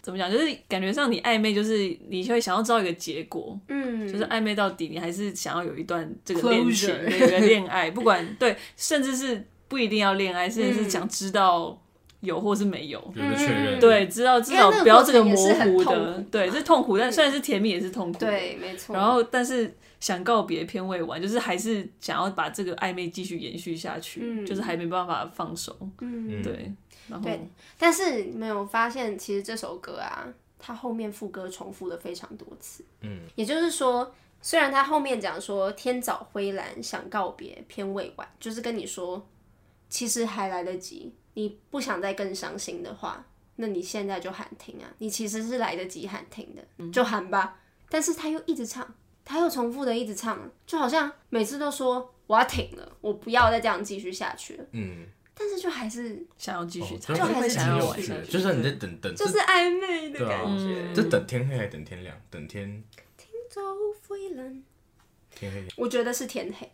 怎么讲？就是感觉上你暧昧，就是你就会想要知道一个结果，嗯，就是暧昧到底，你还是想要有一段这个 Closure 恋情的一个恋爱，不管对，甚至是不一定要恋爱，甚至嗯是想知道有或是没有。有个确认，对，知道至因为少那个不要过这个程也模是很糊痛苦的的，对，是痛苦，但虽然是甜蜜，也是痛苦。，对，没错。然后但是想告别偏未完，就是还是想要把这个暧昧继续延续下去，嗯就是还没办法放手。嗯，对，然后对但是你们有发现，其实这首歌啊，它后面副歌重复了非常多次。嗯，也就是说，虽然它后面讲说“天早灰蓝，想告别，偏未晚”，就是跟你说，其实还来得及。你不想再更伤心的话，那你现在就喊停啊！你其实是来得及喊停嗯的，就喊吧。但是他又一直唱，他又重复的一直唱，就好像每次都说我要停了，我不要再这样继续下去了。嗯，但是就还是想要继续，哦他就还会是想挺要有玩趣下的，去。就是你在对等等，就是暧昧的对啊感觉。这这等天黑还是等天亮？等天走灰蓝，天黑，我觉得是天黑，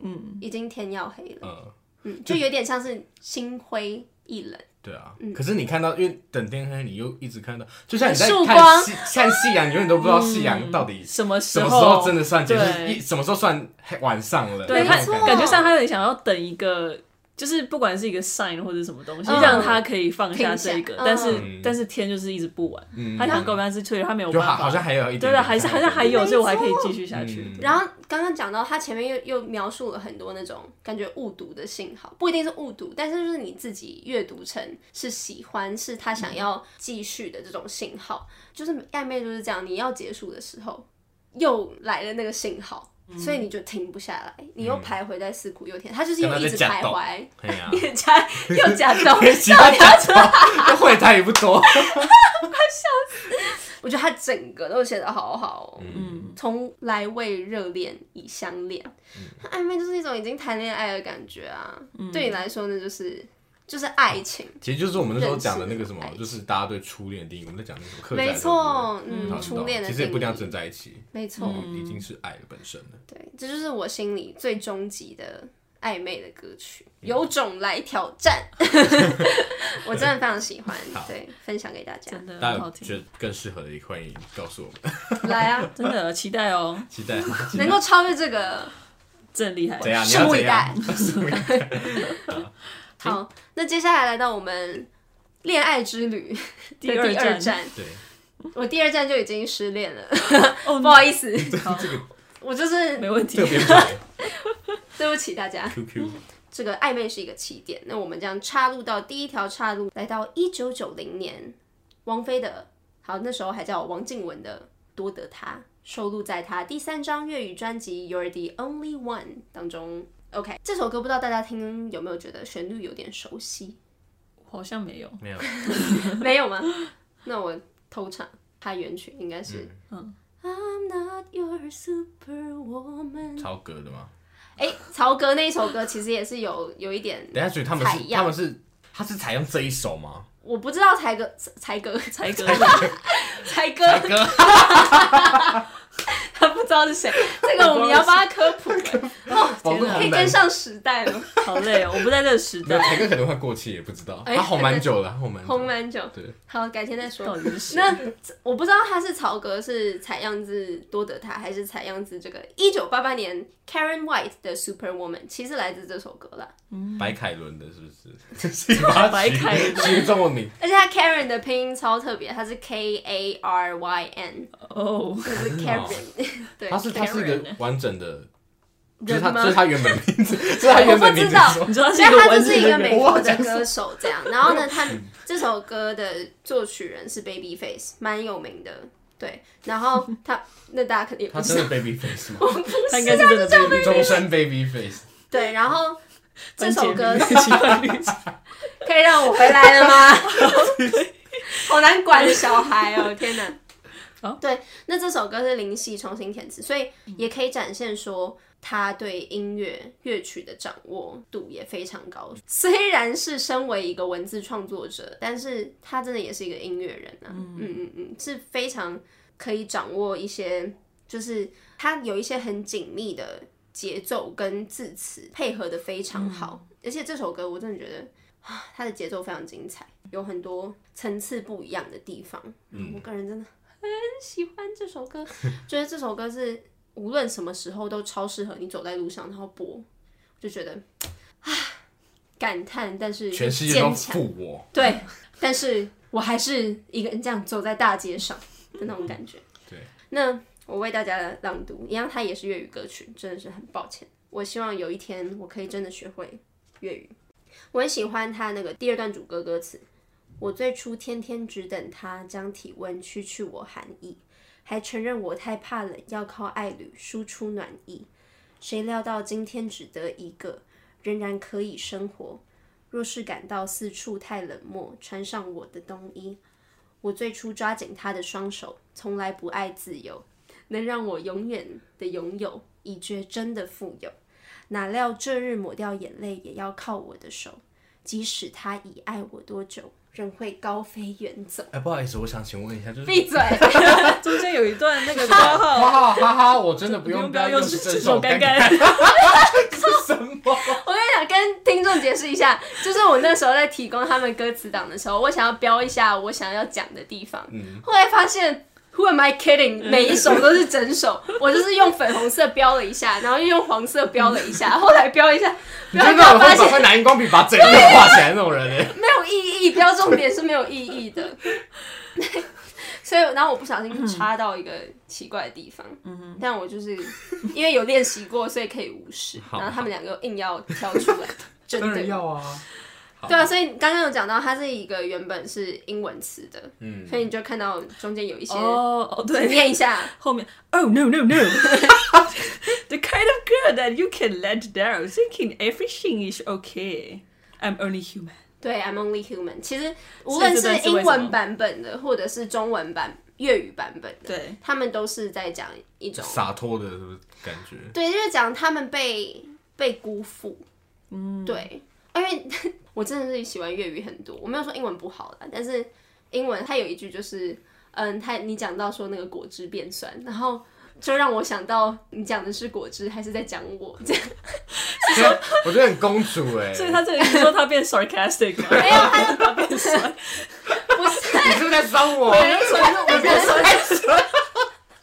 嗯，已经天要黑了，嗯，嗯，就有点像是心灰意冷，对啊，可是你看到，因为等天黑，你又一直看到，就像你在曙看光 夕看夕阳，你永远都不知道夕阳到底什么什嗯时么时候真的？的算结束，对一什么时候算黑晚上了，对没他那错种感感觉觉上，他很想要等一个。就是不管是一个 sign 或者什么东西，嗯让他可以放下停下这个嗯，但是嗯但是天就是一直不完，嗯他想告别，但是却他没有就办好法，好像还有一点对点，对，还是好像还有，没所以我还可以继续下去。嗯然后刚刚讲到，他前面又又描述了很多那种感觉误读的信号，不一定是误读，但是就是你自己阅读成是喜欢，是他想要继续的这种信号，就是暧昧就是这样，你要结束的时候又来了那个信号，嗯所以你就停不下来，你又徘徊在四苦又甜，他就是跟又他一在直假徘斗 徊，哎呀，，也加又加到 其他假装会他也不多， 我觉得他整个都写的好好、哦。嗯，从来为热恋已相恋，那暧昧就是一种已经谈恋爱的感觉啊。嗯对你来说，那就是就是爱情。其实就是我们那时候讲的那个什么认识的爱，情就是大家对初恋的定义，我们在讲那个什么客栈，没错，对不对，嗯，初恋的其实也不一定要定义真在一起，嗯没错，嗯已经是爱的本身了。对，这就是我心里最终极的暧昧的歌曲，有种来挑战， 我真的非常喜欢，对，分享给大家，真的大很家好有觉听，得更适合的，也欢迎告诉我们，来 啊，真的期待哦，期待期待能够超越这个，真厉害。怎样？你拭要目怎以待样？。好，那接下来来到我们恋爱之旅第的二第二站，站， 对，我第二站就已经失恋 了，哦不好意思， 好，我就是没问题特。别美 对不起大家。 QQ，这个暧昧是一个起点，那我们将插入到第一条岔路，来到一九九零年，王菲的，好那时候还叫王静雯的《多得他》，收录在她第三张粤语专辑《You're the Only One》当中。OK，这首歌不知道大家听有没有觉得旋律有点熟悉？ 我好像没有，没有，没有吗？那我偷唱，它原曲应该是嗯 I'm not your superwoman。超歌的吗？哎、曹格那一首歌其实也是有有一点等一下，所以他们采是样他们是他是采用这一首吗？我不知道才哥才哥才哥，才哥，才 歌，他不知道是谁，这个我们要帮他科普、哎网络可好以难跟。上时代吗？好累哦，我不在这个时没有代，才歌可能会过气，也不知道。哎他红蛮 久了，他红蛮久红了。蛮久， 嗯对，好，改天再说到。底是谁？ 那这我不知道他是曹格是采样自多得他，还是采样自这个一九八八年 Karen White 的 Superwoman，其实来自这首歌啦。白凯伦的是不 是？是吧白凯伦取取中文名，而且他 Karen 的拼音超特别，他是 K A R Y N，哦，就是 Karen，对，他是他是一个 Karen 完整的，就是人他吗这是他原本名 字，这是他原本名我不知字道说你知道 他是所以一个他完就是整一个的美人，国的歌手这样。然后 呢，他这首歌的作曲人是 Babyface，蛮有名的。对，然后他那大家肯定也他不真知道的 baby face 吗？ 他应该啊是真的被终身 baby face，对，然后这番首茄歌绿是奇幻绿茶可以让我回来了吗？好难管的小孩哦，天哪！好对，那这首歌是林夕重新填词，所以也可以展现说他对音乐乐曲的掌握度也非常高。虽然是身为一个文字创作者，但是他真的也是一个音乐人啊，嗯嗯嗯，是非常可以掌握一些，就是他有一些很紧密的节奏跟字词配合的非常好，嗯而且这首歌我真的觉得。啊，它的节奏非常精彩，有很多层次不一样的地方。嗯，我个人真的很喜欢这首歌， 觉得这首歌是无论什么时候都超适合你走在路上然后播，我就觉得啊感叹，但是全世界都坚强，负我，对，但是我还是一个人这样走在大街上的那种感觉。对，那我为大家朗读，一样它也是粤语歌曲，真的是很抱歉。我希望有一天我可以真的学会粤语。我很喜欢他那个第二段主歌歌词，我最初天天只等他将体温驱去我寒意，还承认我太怕冷，要靠爱侣输出暖意。谁料到今天只得一个，仍然可以生活。若是感到四处太冷漠，穿上我的冬衣。我最初抓紧他的双手，从来不爱自由，能让我永远的拥有，以觉真的富有。哪料这日抹掉眼泪，也要靠我的手。即使他已爱我多久，仍会高飞远走。哎，不好意思，我想请问一下，就是闭嘴！ 中间有一段那个括号，哇哈哈哈，我真的不不用不要用是这这首首干干干干，什么？我跟你讲，跟听众解释一下，就是我那时候在提供他们歌词档的时候，我想要标一下我想要讲的地方，嗯后来发现。Who am I kidding？每一首都是整首， 我就是用粉红色标了一下，然后又用黄色标了一 下，后来标一下，你标一真的标很发会现把拿荧光笔把整个画起来那种人哎，没有意义，标重点是没有意义的。 所以，然后我不小心插到一个奇怪的地方，嗯但我就是因为有练习过，所以可以无视。好然后他们两个硬要挑出来，真当的然要啊，对啊，所以你刚刚有讲到，它是一个原本是英文词的，嗯，所以你就看到中间有一些，哦哦，你 对，念一下，后面 Oh no no no. the kind of girl that you can let down, thinking everything is okay. I'm only human. 对，I'm only human。其实无所以论这是段是为英什么文版本的，或者是中文版、粤语版本的，对，他们都是在讲一种洒脱的是不是感觉？对，就是讲他们被被辜负。嗯，对，因为 我真的是喜欢粤语很多，我没有说英文不好啦，但是英文它有一句就是，嗯，它你讲到说那个果汁变酸，然后就让我想到你讲的是果汁还是在讲我这样？所以我觉得很公主哎、所以他这个你说他变 sarcastic 吗？没有，他他变酸，不是，你是不是在酸我？没有我你变酸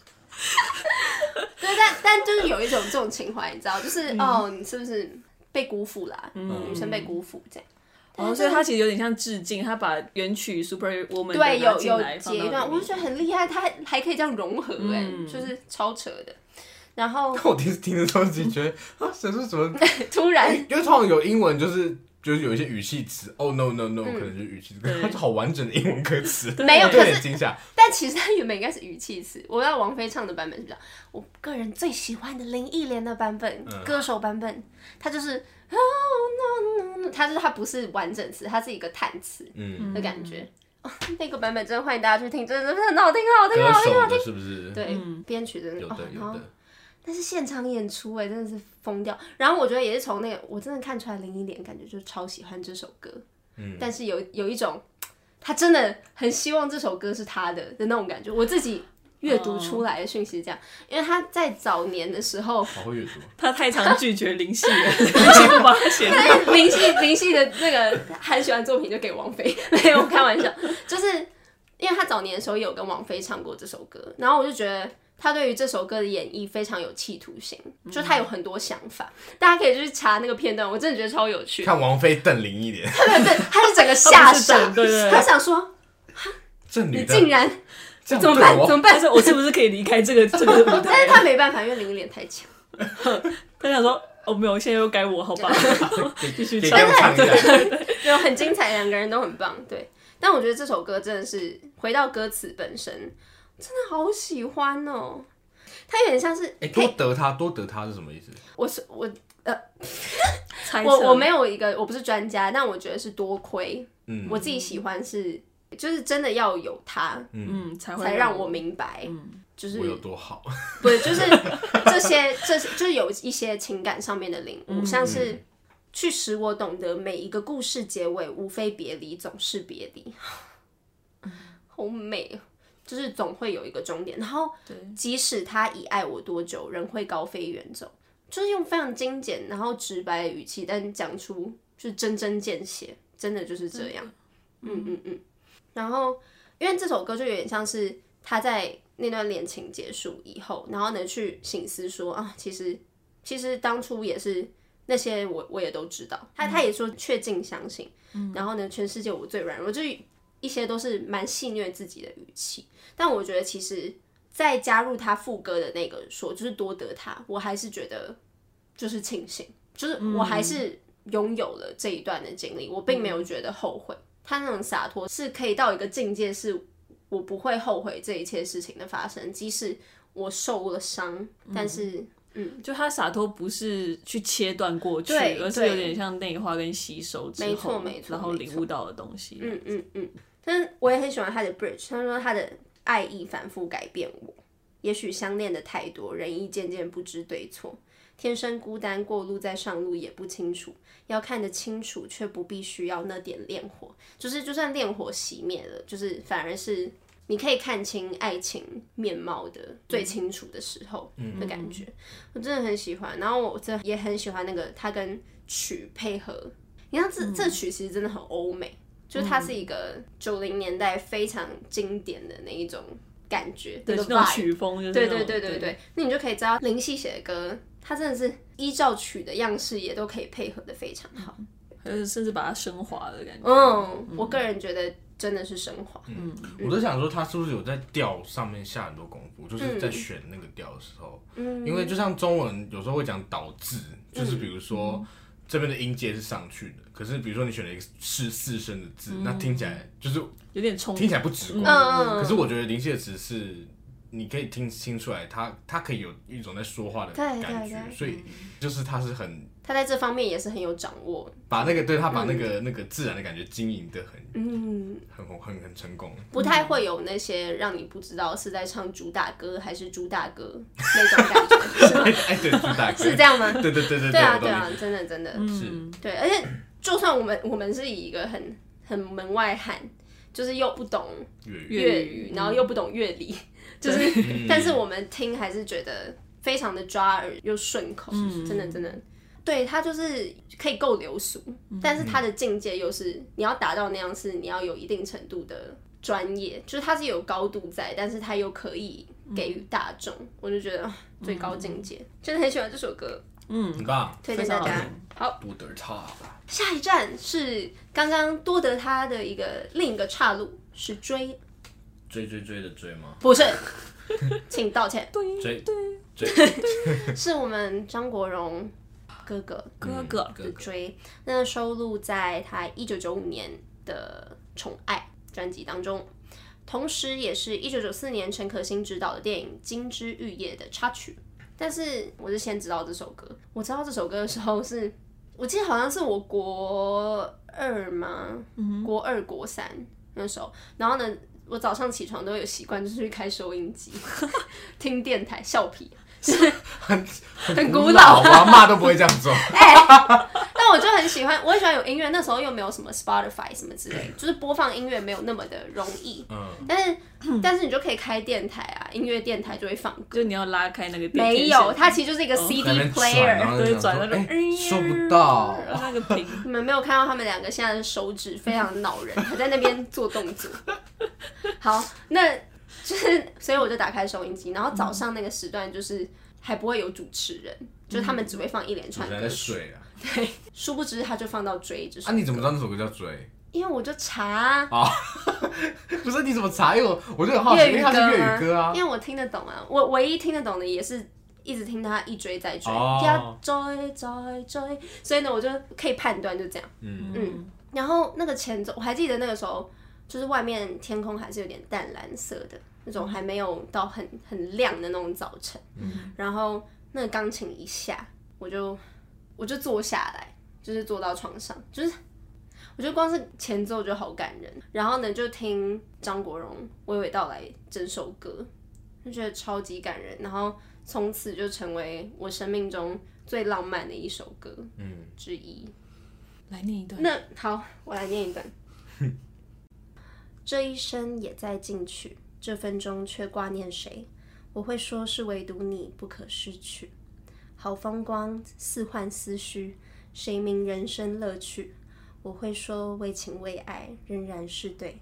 对，但但就是有一种这种情怀，你知道，就是、哦，你是不是被辜负啦？女生被辜负这样。哦，所以他其实有点像致敬，他把原曲 Super Woman 对，有进有来放截到一段，里我面就觉得很厉害，他还还可以这样融合哎、嗯就是超扯的。然后 我第一次听的时候，自己觉得啊，神是怎么？突 然，因为通常有英文就是就是有一些语气词，oh no no no，、可能就是语气词，可是它就好完整的英文歌词，没有我就有可点是惊吓。但其实他原本应该是语气词。我要王菲唱的版本是这样，我个人最喜欢的林忆莲的版本，嗯歌手版本，他就是 oh no no no，他就是他不是完整词，他是一个叹词嗯，的感觉。哦那个版本真的欢迎大家去听，真的真的很好听，很好听，歌很好听。手的是不是？对，编曲真的有哦的，然有后的。但是现场演出哎、真的是疯掉。然后我觉得也是从那个，我真的看出来林忆莲感觉就是超喜欢这首歌，嗯，，但是有有一种她真的很希望这首歌是她的的那种感觉。我自己阅读出来的讯息是这样，因为她在早年的时候好会阅读。他太常拒绝林夕 了，林夕不帮 他写歌。林夕林夕的那个很喜欢作品就给王菲，没有开玩笑，就是因为她早年的时候有跟王菲唱过这首歌，然后我就觉得。她对于这首歌的演绎非常有企图心，就她有很多想法，大家可以去查那个片段，我真的觉得超有趣。看王菲瞪林忆莲，对对，他是整个吓傻他不是整，对对对他想说这你女的竟然这样怎么对办？我怎么他办？说我是不是可以离开这个这个舞但是？台他没办法，因为林忆莲太强。他想说哦没有，现在又该我好吧？ 继续给唱给我唱一 下。没有很精彩，两个人都很棒。对，但我觉得这首歌真的是回到歌词本身，真的好喜欢哦。它有点像是，哎，多得她，多得她是什么意思？我是我猜测我我没有一个，我不是专家，但我觉得是多亏嗯我自己喜欢是，就是真的要有它嗯才会才让我明白，就是我有多好？ 不是，就是这些，这些就是有一些情感上面的领悟，像是去使我懂得每一个故事结尾无非别离，总是别离， 好美哦，就是总会有一个终点。然后对，即使他已爱我多久，仍会高飞远走，就是用非常精简然后直白的语气，但讲出就是针针见血，真的就是这样。嗯嗯嗯。然后，因为这首歌就有点像是他在那段恋情结束以后，然后呢去醒思说啊，其实其实当初也是那些我我也都知道，他他也说确信相信，然后呢全世界我最软弱，就是一些都是蛮戏谑自己的语气，但我觉得其实。再加入他副歌的那个说，就是多得他，我还是觉得就是庆幸，就是我还是拥有了这一段的经历，我并没有觉得后悔。他那种洒脱是可以到一个境界，是我不会后悔这一切事情的发生，即使我受了伤，但是嗯，就他洒脱不是去切断过去，对而是有点像内化跟吸收之后，没错没错然后没错领悟到的东西。嗯嗯嗯，但是我也很喜欢他的 bridge，他说他的爱意反复改变我，也许相恋的太多，人亦渐渐不知对错。天生孤单，过路在上路也不清楚，要看得清楚，却不必须要那点恋火。就是就算恋火熄灭了，就是反而是你可以看清爱情面貌的最清楚的时候的感觉，我真的很喜欢。然后我这也很喜欢那个他跟曲配合，你看这、嗯这曲其实真的很欧美，就是它是一个九零年代非常经典的那一种感觉，对，那那个种 vibe 曲风就是对那对种对哦对对，那你就可以知道林夕写的歌，他真的是依照曲的样式也都可以配合的非常好。还有甚至把它升华的感觉。嗯，我个人觉得真的是升华。我都想说，他是不是有在调上面下很多功夫，嗯就是在选嗯那个调的时候，因为就像中文有时候会讲倒字，就是比如说这边的音阶是上去的，可是比如说你选了一个是四声的字，那听起来就是有点冲听起来不直观。嗯可是我觉得林夕的词是，你可以听清出来他，他可以有一种在说话的对感觉，对嗯对所以就是他是很他在这方面也是很有掌握。把那个对他把那个、那个自然的感觉经营的很嗯，很很很成功。不太会有那些让你不知道是在唱主打歌还是猪大哥那种感觉，是 吗？哎，对，朱大哥是这样吗？对对对对对啊，我懂对啊你，真的真的，是对，而且就算我们我们是以一个很很门外汉，就是又不懂粤语。粤嗯语，然后又不懂乐 理，就是，但是我们听还是觉得非常的抓耳又顺口，嗯真的真的。对它就是可以够流俗，嗯但是它的境界又是你要达到那样是你要有一定程度的专业，就是它是有高度在，但是它又可以嗯给予大众，我就觉得啊最高境界，真的很喜欢这首歌，嗯很棒，推荐大非常家好听。好，不得差吧？下一站是刚刚多得他的一个另一个岔路是追，追追追的追吗？ 不是，请道歉，追 是我们张国荣哥哥哥嗯哥的追，那收录在他一九九五年的《宠爱》专辑当中，同时也是一九九四年陈可辛执导的电影《金枝玉叶》的插曲。但是我是先知道这首歌，我知道这首歌的时候是，我记得好像是我国二嘛，国二国三那时候，然后呢，我早上起床都有习惯，就是去开收音 机听电台，笑屁。 很古老我阿妈都不会这 样做。哎但我就很喜欢，我很喜欢有音乐。那时候又没有什么 Spotify 什么之类，就是播放音乐没有那么的容易。嗯，但是，但是你就可以开电台啊，音乐电台就会放歌。就你要拉开那个电没线有，哦它其实就是一个在 CD 那边转 player。啊然后对就想说转那种哎，收不到。那个屏，你们没有看到他们两个现在的手指非常恼人，还在那边做动 作。好，那就是，所以我就打开收音机，然后早上那个时段就是还不会有主持人，就是他们只会放一连主串持人歌在曲。睡啊！殊不知他就放到追这首啊，你怎么知道那首歌叫追？因为我就查啊、 不是你怎么查？因为我我就很好奇，粤语因为歌它是粤吗？语歌啊。因为我听得懂啊，我唯一听得懂的也是一直听他一追再追，哦要追追追，所以呢，我就可以判断就这样。嗯，嗯，然后那个前奏，我还记得那个时候，就是外面天空还是有点淡蓝色的那种，还没有到很很亮的那种早晨。嗯，然后那个钢琴一下，我就我就坐下来，就是坐到床上，就是我觉得光是前奏就好感人。然后呢，就听张国荣娓娓道来整首歌，就觉得超级感人。然后从此就成为我生命中最浪漫的一首歌，嗯，之一。来念一段。那好，我来念一段。这一生也在进取，这分钟却挂念谁？我会说是唯独你不可失去。好风光似幻似虚，谁明人生乐趣？我会说为情为爱仍然是对。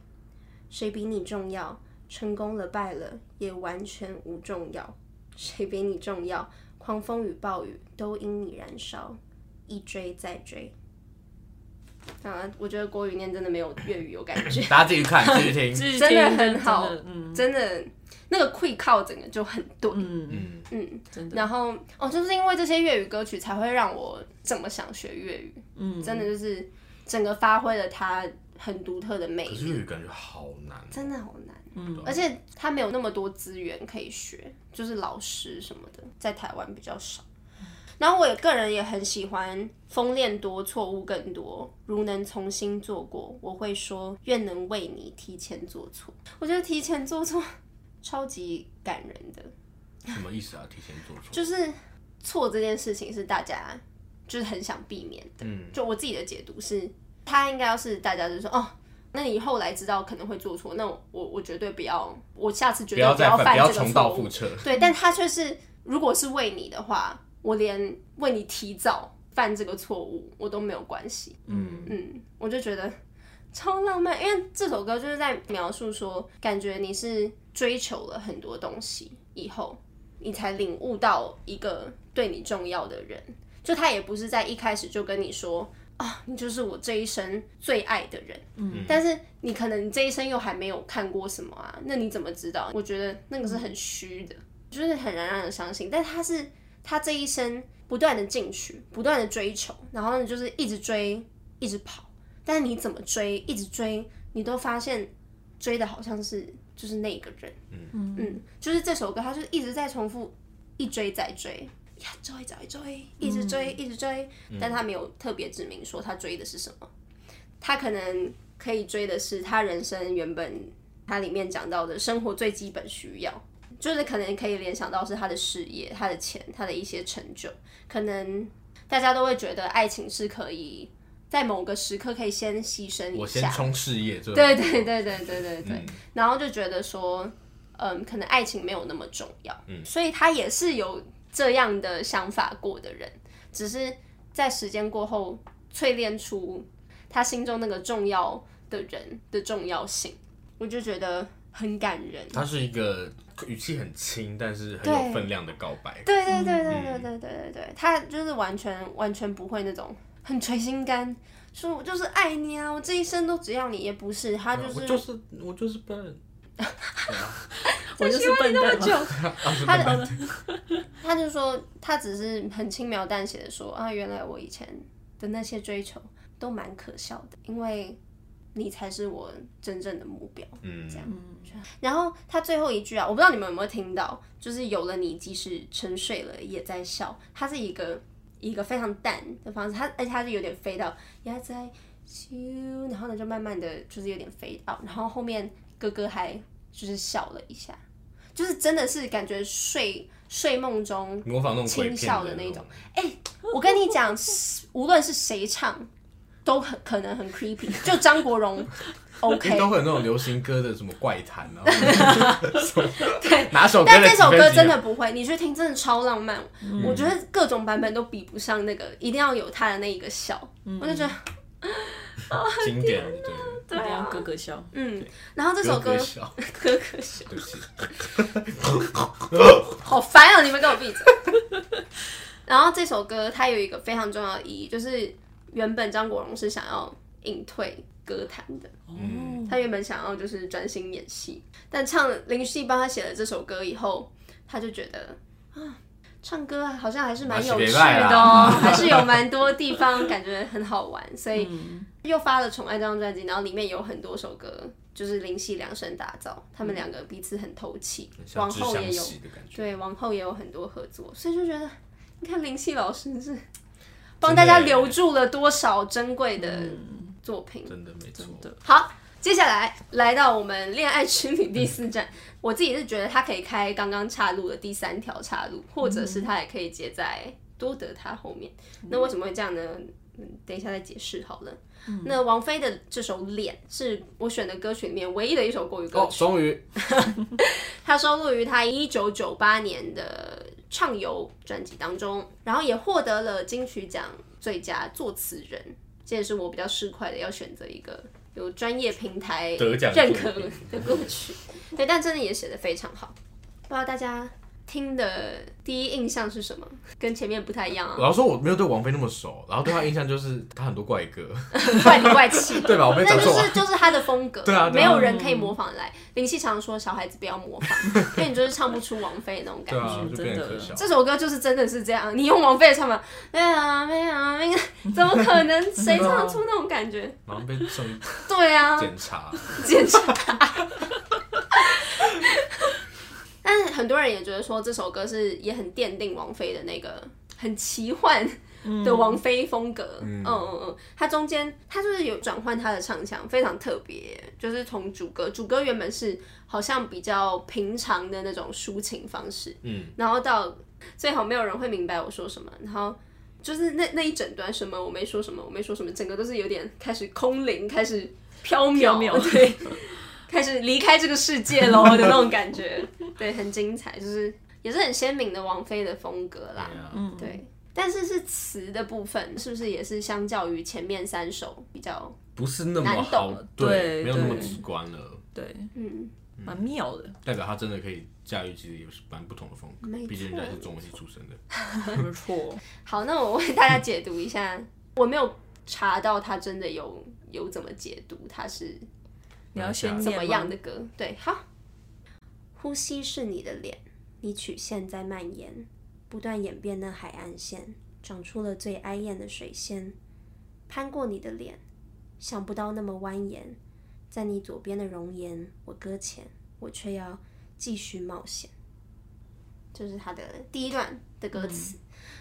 谁比你重要？成功了败了也完全无重要。谁比你重要？狂风与暴雨都因你燃烧，一追再追。啊，我觉得国语念真的没有粤语有感 觉。大家继续看，继续听。真真的很好嗯真的那个溃靠整个就很对，嗯，嗯，嗯，真的然后哦，就是因为这些粤语歌曲才会让我这么想学粤语，嗯，真的就是整个发挥了它很独特的魅可是力，粤语感觉好难哦。真的好难，嗯而且它没有那么多资源可以学，就是老师什么的，在台湾比较少。然后我也个人也很喜欢《风恋多，错误更多》，如能重新做过，我会说愿能为你提前做错。我觉得提前做错超级感人的。什么意思啊？提前做错？就是错这件事情是大家就是很想避免的。嗯就我自己的解读是，他应该要是大家就说哦。那你后来知道可能会做错，那我我我绝对不要，我下次绝不对要不再犯，不犯要这个重错蹈误覆。辙。对，但他却是，如果是为你的话，我连为你提早犯这个错误，我都没有关系。嗯，嗯，我就觉得超浪漫，因为这首歌就是在描述说，感觉你是追求了很多东西以后，你才领悟到一个对你重要的人。就他也不是在一开始就跟你说啊，你就是我这一生最爱的人。嗯，但是你可能你这一生又还没有看过什么啊，那你怎么知道？我觉得那个是很虚的，就是很难让人相信。但他是他这一生不断的进取，不断的追求，然后呢就是一直追，一直跑。但是你怎么追，一直追，你都发现追的好像是就是那个人。嗯嗯，就是这首歌，它就是一直在重复，一追再追。呀，追再追，一直追，嗯一直追，但他没有特别指明说他追的是什么，他可能可以追的是他人生原本他里面讲到的生活最基本需要，就是可能可以联想到是他的事业、他的钱、他的一些成就。可能大家都会觉得爱情是可以在某个时刻可以先牺牲一我先下，冲事业，对对嗯对对对对对对，然后就觉得说，嗯，可能爱情没有那么重要，嗯，所以他也是有这样的想法过的人，只是在时间过后淬炼出他心中那个重要的人的重要性，我就觉得很感人。它是一个语气很轻，但是很有分量的告白。对对对对对对对对对，他就是完全完全不会那种很垂心肝，说我就是爱你啊，我这一生都只要你，也不是，他啊就是、我就是我就是笨，我就是笨蛋嘛。 他啊的哦他就说，他只是很轻描淡写的说啊，原来我以前的那些追求都蛮可笑的，因为你才是我真正的目标。嗯，这样然后他最后一句啊，我不知道你们有没有听到，就是有了你，即使沉睡了也在笑。他是一个一个非常淡的方式，他而且他是有点飞到也在笑，然后呢就慢慢的就是有点飞到，然后后面哥哥还就是笑了一下，就是真的是感觉睡睡梦 中模仿那种轻鬼片笑的那那种。。哎、我跟你讲，是无论是谁唱，都很可能很 creepy。就张国荣因为，OK，都会有那种流行歌的什么怪谈 啊，对，哪首歌但的这几首分歌几真秒的不会，你去听真的超浪漫。我觉得各种版本都比不上那个，一定要有他的那一个笑。我就觉得，经典，对，对 一定要啊，咯咯笑，嗯。然后 这这首歌，小， 可可笑，对不起，好烦哦！你们给我闭嘴。 然后这首歌它有一个非常重要的意义，就是原本张国荣是想要隐退歌坛的。哦嗯他原本想要就是专心演戏，但唱林夕帮他写了这首歌以后，他就觉得啊，唱歌好像还是啊蛮有趣的 哦，还是有蛮多地方感觉很好玩，所以又发了《宠爱》这张专辑，然后里面有很多首歌，就是林夕量身打造，他们两个彼此很投契，往像知后相也有惜的感觉，对，往后也有很多合作，所以就觉得你看林夕老师是帮大家留住了多少珍贵的作品。真的没错，的好，接下来来到我们恋爱之旅第四站，我自己是觉得它可以开刚刚岔路的第三条岔路，或者是它也可以接在多得它后面。那为什么会这样呢？嗯，等一下再解释好了。那王菲的这首《脸》是我选的歌曲里面唯一的一首国语歌哦，曲，终于它收录于她一九九八年的《畅游》专辑当中，然后也获得了金曲奖最佳作词人。这也是我比较市侩的，要选择一个有专业平台得奖认作可品的歌曲。对，但真的也写得非常好。不知道大家听的第一印象是什么？跟前面不太一样 啊，老实说，我没有对王菲那么熟，然后对她印象就是她很多怪歌， 怪里怪气。对吧？我没那讲就错吧是？就是他的风格，对啊对没啊有人可以模仿来。林夕常说小孩子不要模仿， 因为你就是唱不出王菲那种感对觉。啊，就变得可真笑。这首歌就是真的是这样，你用王菲的唱法，没有没有没有，怎么可 能？谁唱得出那种感觉？马上被 送对啊， 检 查，检查。但是很多人也觉得说这首歌是也很奠定王菲的那个很奇幻的王菲风格。嗯嗯嗯，它中间它就是有转换它的唱腔，非常特别，就是从主歌，主歌原本是好像比较平常的那种抒情方式，嗯，然后到最好没有人会明白我说什么，然后。就是那那一整段什么我没说什么我没说什么，整个都是有点开始空灵，开始飘渺，缥缈对，开始离开这个世界 喽的那种感觉，对，很精彩，就是也是很鲜明的王菲的风格啦，对啊对。但是是词的部分，是不是也是相较于前面三首比较不是那么难好懂，对没有那么对直观了，对，嗯？蛮 妙的。代表她真的可以驾驭，其实也是蛮不同的风格没，毕竟人家错是中文系出身的。不错，好，那我为大家解读一下，我没有查到他真的有有怎么解读，他是你要先怎念么吗样的歌？对，好。呼吸是你的脸，你曲线在蔓延，不断演变的海岸线，长出了最哀艳的水仙，攀过你的脸，想不到那么蜿蜒，在你左边的容颜，我搁浅，我却要继续冒险。就是他的第一段的歌词。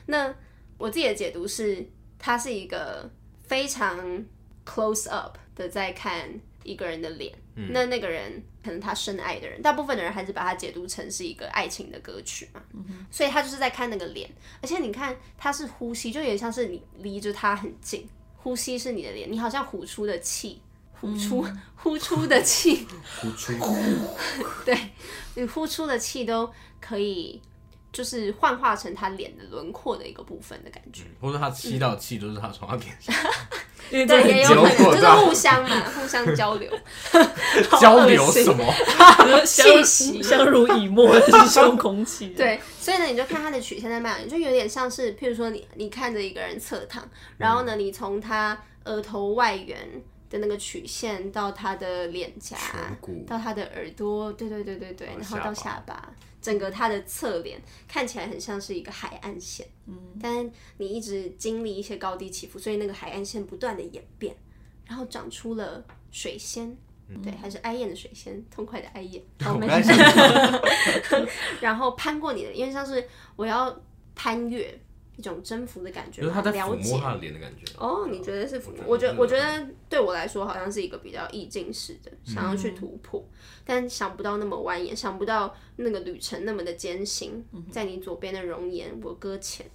那我自己的解读是，它是一个非常 close up 的在看一个人的脸。嗯那那个人可能他深爱的人，大部分的人还是把它解读成是一个爱情的歌曲嘛。嗯所以他就是在看那个脸，而且你看他是呼吸，就有点像是你离着他很近，呼吸是你的脸，你好像呼出的气。呼出、嗯 呼出的气，呼 出，你呼出的气都可以，就是幻化成他脸的轮廓的一个部分的感觉。或者他吸到气都是他从他脸 上因为这对，也有可交流能就是到互相嘛，互相交流。交流什 么？很信相息相濡以沫的这种空气。，对，所以呢，你就看他的曲线在蔓延，就有点像是，譬如说你你看着一个人侧躺，然后嗯呢，你从他额头外缘的那个曲线到他的脸颊颧骨，到他的耳朵，对对对对对，到然后到下下巴，整个他的侧脸看起来很像是一个海岸线，嗯，但你一直经历一些高低起伏，所以那个海岸线不断的演变，然后长出了水仙。对，还是哀艳的水仙，痛快的哀艳。好哦 嗯 我没刚才事想说然后攀过你的，因为像是我要攀越一种征服的感觉就是嘛，他在了抚解摸。他的脸的感觉。啊哦，你觉得是抚摸？我我觉得觉得嗯我觉得对我来说好像是一个比较意境式的，想要去突破，但想不到那么蜿蜒，想不到那个旅程那么的艰辛。嗯在你左边的容颜，我搁浅，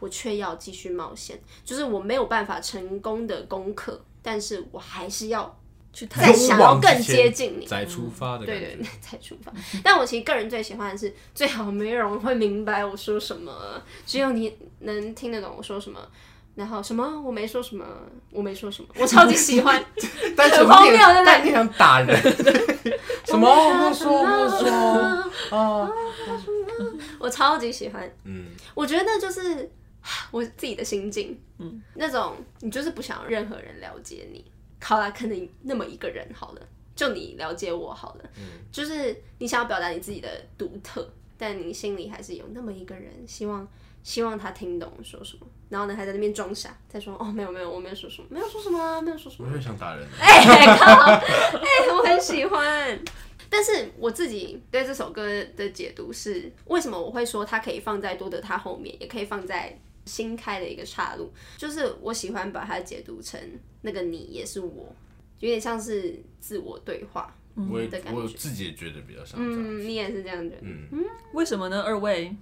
我却要继续冒险，就是我没有办法成功的攻克，但是我还是要去探再勇想要往更直前接近你。嗯再出发的感对对觉对，，才出发。但我其实个人最喜欢的是，最好没人会明白我说什么，只有你能听得懂我说什么。然后什么我没说什么，我没说什么，我超级喜欢。但是很荒谬你对不对但你想打人， 什么我我没不说说什么不说啊，我超级喜欢。嗯，我觉得那就是 我自己的心境，嗯，那种你就是不想任何人了解你。好啦，可能那么一个人好了，就你了解我好了，嗯，就是你想要表达你自己的独特，但你心里还是有那么一个人，希望希望他听懂我说什么，然后呢还在那边装傻，在说哦没有没有我没有说什么，没有说什么啊没有说什么我啊，就想打人。我很喜欢。但是我自己对这首歌的解读是，为什么我会说它可以放在多得它后面，也可以放在新开的一个岔路，就是我喜欢把它解读成那个你也是我，有点像是自我对话。我也嗯的感觉我自己也觉得比较像这样。嗯，你也是这样觉得。为什么呢？二位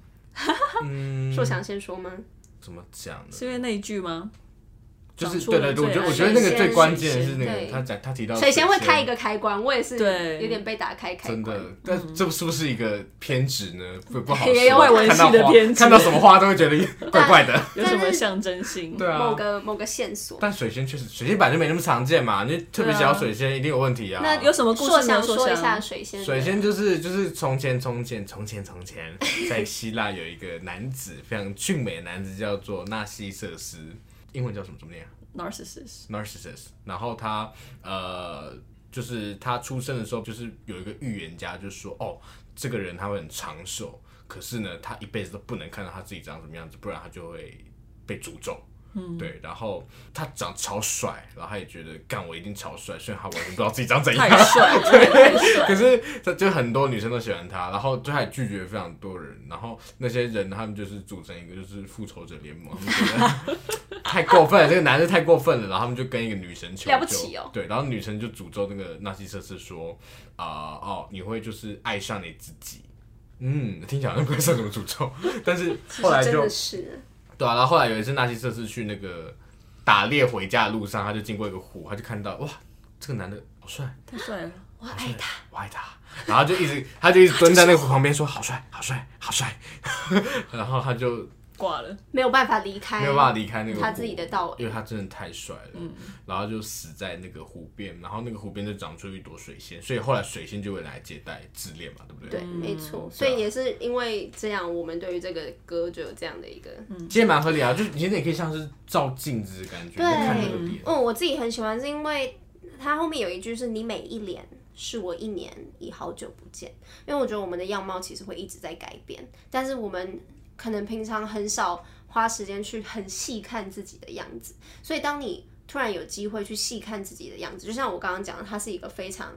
嗯，硕翔先 说吗？ 怎么讲呢？是因为那一句吗？就是长出对了对对，我觉啊得最爱我觉得那个最关键的是那水仙个他讲他提到水仙会开一个开关，我也是对有点被打开开真关。的，但这是不是一个偏执呢？不不好也有说。外啊文系的偏执看到花看到什么花都会 觉得怪怪的。有什么象征性？对啊某，个某个线索。但水仙确实，水仙本来就没那么常见嘛，你特别想要水仙一定有问题啊。那有什啊么故事硕呢翔说一硕下翔水仙的。水仙就是就是从前从前从前从前，在希腊有一个男子非常俊美的男子叫做纳西瑟斯，英文叫什么怎么念啊 narcissist， ？Narcissus。然后他呃，就是他出生的时候，就是有一个预言家就说，哦，这个人他会很长寿，可是呢，他一辈子都不能看到他自己长什么样子，不然他就会被诅咒。嗯，对，然后他长超帅，然后他也觉得干我一定超帅，虽然他完全不知道自己长怎样太，帅 了，太帅可是他就很多女生都喜欢他，然后就还拒绝非常多人，然后那些人他们就是组成一个就是复仇者联盟，他们觉得太过分了，这个男的太过分了，然后他们就跟一个女神求救，了不起哦对，然后女神就诅咒那个纳西瑟斯说，啊、哦，你会就是爱上你自己。嗯，听起来好像不算什么诅咒，但是后来真就的是对啊，然后后来有一次纳西瑟斯去那个打猎回家的路上，他就经过一个湖，他就看到哇，这个男的好帅，啊太帅了。我爱他。我爱他。然后就一直， 他就一直蹲在那个湖旁边说：“好帅，好帅，好帅。” 然后他就挂了，没有办法离开，没有办法离开那个湖他自己的道嗯因为他真的太帅了。然后就死在那个湖边，然后那个湖边就长出一朵水仙，所以后来水仙就会来接待自恋嘛，对不对？嗯对，啊没错。所以也是因为这样，我们对于这个歌就有这样的一个，嗯，其实蛮合理啊，就是你也可以像是照镜子的感觉，对嗯就看那个脸。我自己很喜欢，是因为它后面有一句是“你每一脸是我一年已好久不见”，因为我觉得我们的样貌其实会一直在改变，但是我们可能平常很少花时间去很细看自己的样子，所以当你突然有机会去细看自己的样子，就像我刚刚讲的，它是一个非常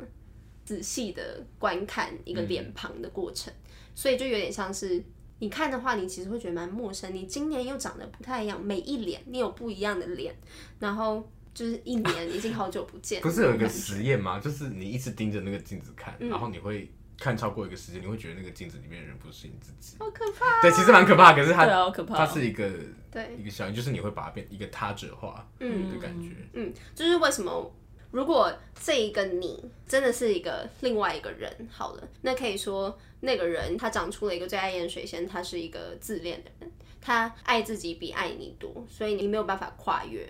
仔细的观看一个脸庞的过程，所以就有点像是你看的话，你其实会觉得蛮陌生。你今年又长得不太一样，每一脸你有不一样的脸，然后就是一年已经好久不见，不是有一个实验吗？就是你一直盯着那个镜子看，嗯然后你会看超过一个时间，你会觉得那个镜子里面的人不是你自己。好可怕。对，其实蛮可怕，可是它对啊好可怕哦它是一个对一个效应，就是你会把它变一个他者化的感觉。嗯，就是为什么如果这一个你真的是一个另外一个人，好了，那可以说那个人他长出了一个最爱淹水仙，他是一个自恋的人，他爱自己比爱你多，所以你没有办法跨越。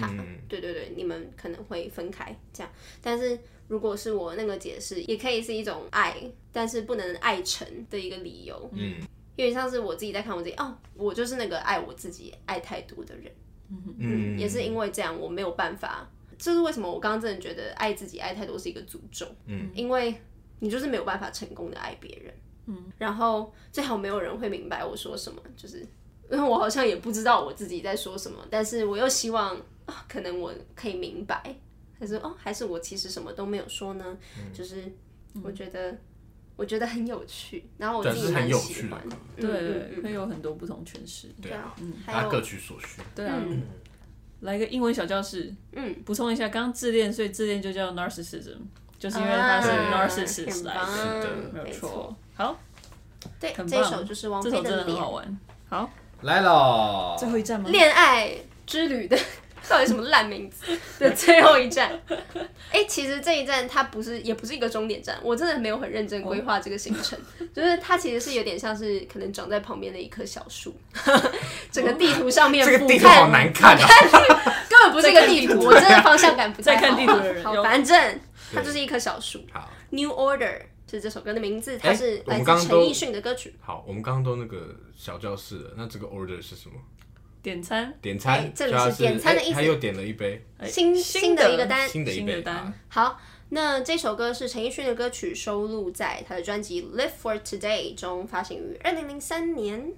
他嗯，对对对，你们可能会分开这样，但是如果是我那个解释，也可以是一种爱，但是不能爱成的一个理由。嗯，有点像是我自己在看我自己，哦，我就是那个爱我自己爱太多的人。嗯也是因为这样，我没有办法。这是为什么我刚刚真的觉得爱自己爱太多是一个诅咒，嗯，因为你就是没有办法成功的爱别人，嗯，然后最好没有人会明白我说什么，就是因为我好像也不知道我自己在说什么，但是我又希望啊，可能我可以明白，还是哦，还是我其实什么都没有说呢，嗯就是我觉得我觉得很有趣，然后我对自己这是很蛮有喜趣的欢，嗯嗯对，嗯会有很多不同诠释。对啊嗯，大还家有各取所需。对啊，来个英文小教室。嗯，补充一下，刚刚自恋，所以自恋就叫 narcissism，就是因为它是啊 narcissist 很来的，棒是的没有没错错。好，对，很这棒首就是王这菲首真的的很脸好玩。好，来喽，最后一站吗？恋爱之旅的 到底什么烂名字 的最后一站？ 哎、其实这一站它不是，也不是一个终点站，我真的没有很认真规划这个行 程，就是它其实是有点像是可能长在旁边的一棵小 树，整个地图上面这个地俯图好难瞰，看啊！根本不是一个地图，我真的方向感不太在好。看地图的人好，有反正它就是一棵小树。好 New Order 是这首歌的名字，它诶是我来们自刚刚陈都奕迅的歌曲。好，我们刚刚都那个小教室了，那这个 order 是什么？点餐，点餐哎，这里主要是点餐的哎意思哎他又点了一杯哎新新的一个单新的一新杯的，单啊，好，那这首歌是陈奕迅的歌曲，收录在他的专辑《Live for Today》中，发行于二零零三年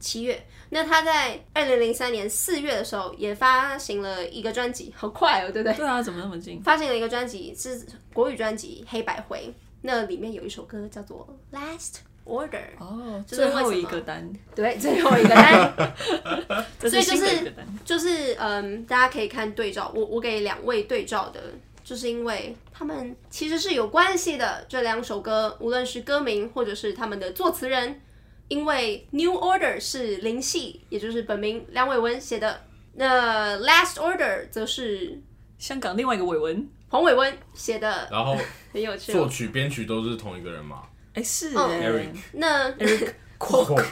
七月。那他在二零零三年四月的时候也发行了一个专辑，好快哦，对不对？对啊，怎么那么近？发行了一个专辑是国语专辑《黑白灰》，那里面有一首歌叫做《Last Order》。哦，这是为最什么后一个单，对，最后一个单这所以是就是新的一个单。就是嗯，大家可以看对照，我我给两位对照的，就是因为他们其实是有关系的。这两首歌，无论是歌名或者是他们的作词人，因为 New Order 是林夕，也就是本名梁伟文写的，那 Last Order 则是香港另外一个伟文，彭伟文写的，然后很有趣作哦。曲编曲都是同一个人嘛哎，是嗯哎 Eric 那？Quark，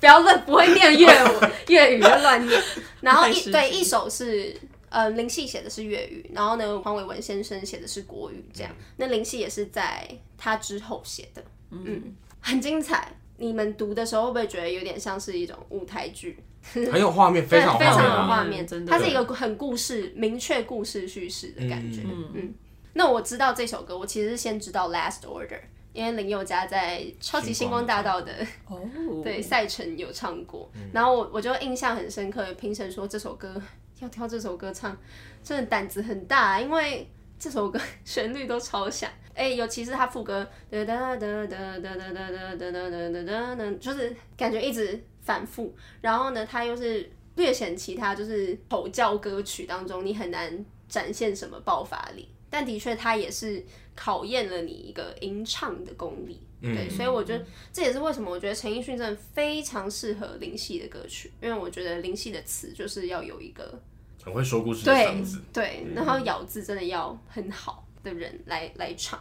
不要乱，不会念粤文粤语就乱念。然后 太一失对礼一首是呃林夕写的是粤语，然后呢黄伟文先生写的是国语，这样。那林夕也是在他之后写的，嗯，很精彩。你们读的时候会不会觉得有点像是一种舞台剧？很有画面，非常有非画常面有啊画！面，真的它是一个很故事、明确故事叙事的感觉。嗯嗯那我知道这首歌，我其实是先知道《Last Order》，因为林宥嘉在《超级星光大道》的哦，对，，赛程有唱过，然后我我就印象很深刻，评审说这首歌 要挑这首歌唱，真的胆子很大，因为这首歌 旋律都超响，哎、尤其是他副歌，哒哒哒哒哒哒哒哒哒哒哒哒哒，就是感觉一直反复，然后呢，他又是略显其他就是吼叫歌曲当中，你很难展现什么爆发力，但的确他也是考验了你一个吟唱的功力。对，所以我觉得这也是为什么我觉得陈奕迅真的非常适合林夕的歌曲，因为我觉得林夕的词就是要有一个很会说故事的嗓对 子， 嗯对，然后咬字真的要很好的人来来唱。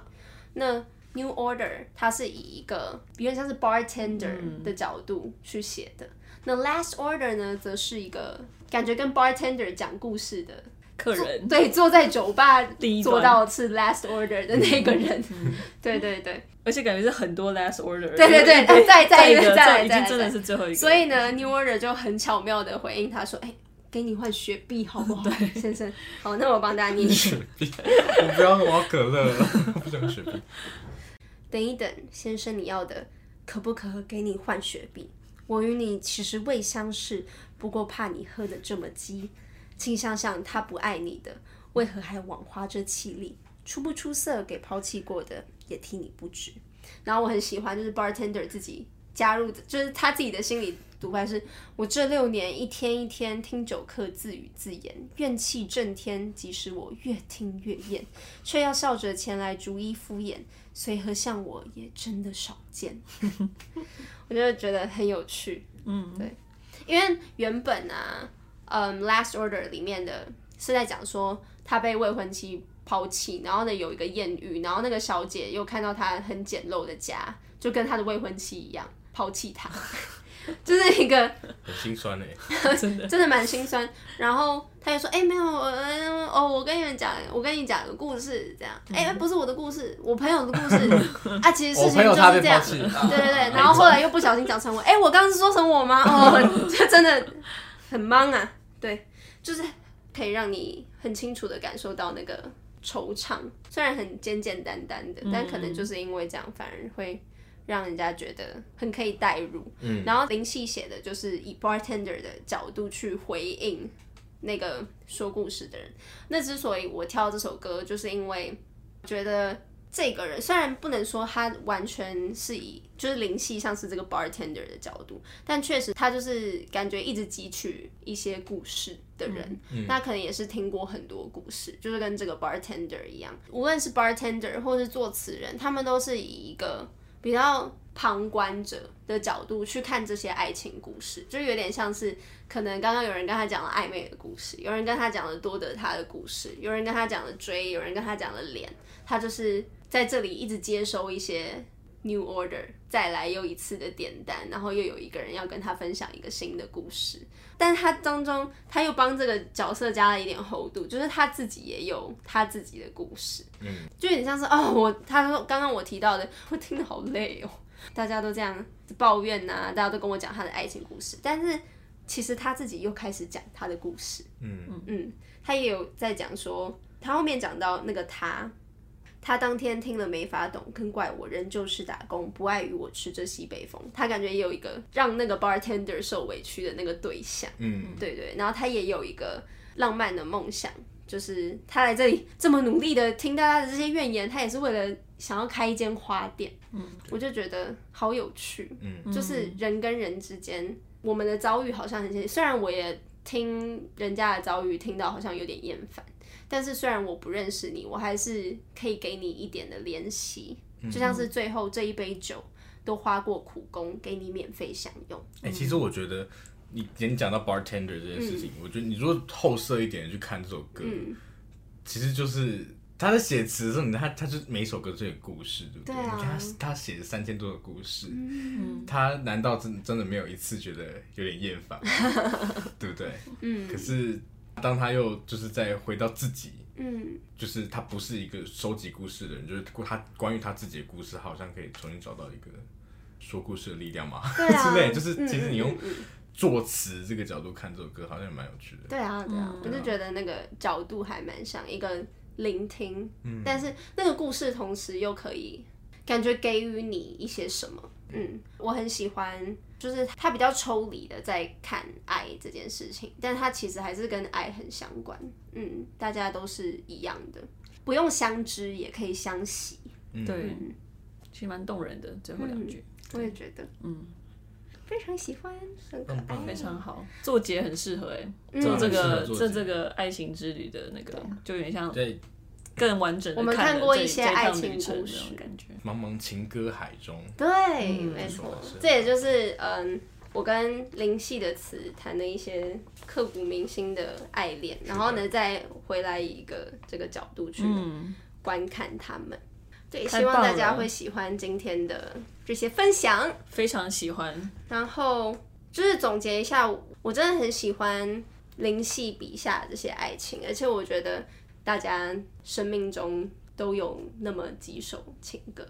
那 New Order 它是以一个有点像是嗯 bartender 的角度去写的，那 Last Order 呢，则是一个感觉跟 bartender 讲故事的客人对，坐在酒吧第一嗯段做到是 last order 的那个人， 对对对，而且感觉是很多 last order。对对对因为再再再一一个个，再来已再经来真的再是最后一个。所以呢，New Order 就很巧妙的回应他说：“哎、给你换雪碧好不 好，先生？好，那我帮大家念一下。我 不要，我要可乐了，不想雪碧。等一等，先生，你要的可不可给你换雪碧？我与你其实未相识，不过怕你喝得这么急。请想想他不爱你的，为何还枉花这气力？出不出色给抛弃过的，也替你不值。然后我很喜欢，就是 bartender 自己加入的，就是他自己的心理独白是：我这六年一天一天听酒客自语自言，怨气震天，即使我越听越厌，却要笑着前来逐一敷衍。随和像我也真的少见， 我就觉得很有趣。嗯，对，因为原本啊，嗯，《Last Order》里面的是在讲说他被未婚妻抛弃，然后呢有一个艳遇，然后那个小姐又看到他很简陋的家，就跟他的未婚妻一样抛弃他， 就是一个很心酸哎、真的，真的蛮心酸。然后他就说：“哎、没有，我嗯哦，我跟你们讲，我跟你讲个故事，这样。哎、不是我的故事，我朋友的故事啊，其实事我情朋就友是他被这抛样。弃，哎对对对对，然后后来又不小心讲成我，哎、我刚刚是说成我吗？哦， 就真的很忙啊。对，就是可以让你很清楚的感受到那个惆怅，虽然很简简单单的，但可能就是因为这样，反而会让人家觉得很可以代入。嗯，然后林夕写的就是以 bartender 的角度去回应那个说故事的人。那之所以我挑这首歌，就是因为觉得。这个人虽然不能说他完全是以就是林夕像是这个 bartender 的角度，但确实他就是感觉一直汲取一些故事的人，那可能也是听过很多故事，就是跟这个 bartender 一样，无论是 bartender 或是作词人，他们都是以一个比较旁观者的角度去看这些爱情故事，就有点像是可能刚刚有人跟他讲了暧昧的故事，有人跟他讲了多得他的故事，有人跟他讲了追，有人跟他讲了脸，他就是在这里一直接收一些 new order，再来又一次的点单，然后又有一个人要跟他分享一个新的故事，但他当中他又帮这个角色加了一点厚度，就是他自己也有他自己的故事，嗯，就有点像是哦，我他说刚刚我提到的，我听得好累哦，大家都这样抱怨呐、大家都跟我讲他的爱情故事，但是其实他自己又开始讲他的故事，嗯嗯，他也有在讲说，他后面讲到那个他，他当天听了没法懂，更怪我仍旧是打工，不爱与我吃这西北风。他感觉也有一个让那个 bartender 受委屈的那个对象，嗯，对对，然后他也有一个浪漫的梦想，就是他来这里这么努力的听大家的这些怨言，他也是为了想要开一间花店。嗯，我就觉得好有趣。嗯，就是人跟人之间，我们的遭遇好像很像，虽然我也听人家的遭遇，听到好像有点厌烦，但是虽然我不认识你，我还是可以给你一点的怜惜，就像是最后这一杯酒。都花过苦功，给你免费享用。哎、其实我觉得你连讲到 bartender 这件事嗯情，我觉得你如果后设一点去看这首歌，其实就是他在写词的时候，你他他就每一首歌都有故事，对不对对？啊你看他他写了三千多个故事，嗯嗯他难道真真的没有一次觉得有点厌烦 吗，对不对？嗯。可是当他又就是再回到自己。嗯，就是他不是一个收集故事的人，就是他关于他自己的故事，他好像可以重新找到一个说故事的力量嘛，对啊， 之类。就是其实你嗯嗯用嗯嗯作词这个角度看这首歌，好像也蛮有趣的。对啊，对啊，我对就啊觉得那个角度还蛮像一个聆听，嗯但是那个故事同时又可以感觉给予你一些什么。嗯，我很喜欢，就是他比较抽离的在看爱这件事情，但他其实还是跟爱很相关。嗯，大家都是一样的，不用相知也可以相惜。嗯对，其实蛮动人的，最后两句我也觉得，嗯，非常喜欢，很可很爱棒。非常好，做结很适合哎，做嗯很这适个合做这结这个爱情之旅的那个，就有点像在更完整的我们看看了过这一些这趟爱情旅程故那种事感觉，茫茫情歌海中，对，嗯没是错的是，的这也就是嗯，我跟林夕的词谈的一些刻骨铭心的爱恋，然后呢，再回来以一个这个角度去嗯，观看他们。对，太希望棒大家了会喜欢今天的这些分享。非常喜欢，然后就是总结一下，我真的很喜欢林夕笔下的这些爱情，而且我觉得大家生命中都有那么几首情歌，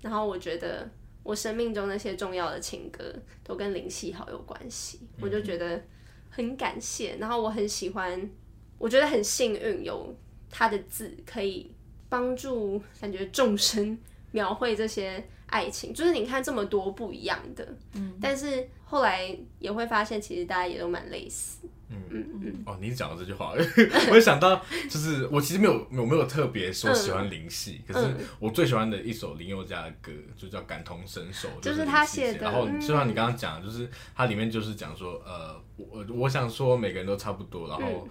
然后我觉得我生命中那些重要的情歌都跟林夕好有关系，我就觉得很感谢，然后我很喜欢，我觉得很幸运有他的字可以帮助感觉众生描绘这些爱情，就是你看这么多不一样的，嗯，但是后来也会发现，其实大家也都蛮类似，哦，你讲到这句话， 我就想到，就是我其实没有没有没有特别说喜嗯欢林夕，可是我最喜欢的一首林宥嘉的歌就叫《感同身受》，就是是他林夕写的然后嗯就像你刚刚讲的，就是它里面就是讲说，呃，我我想说每个人都差不多，然后嗯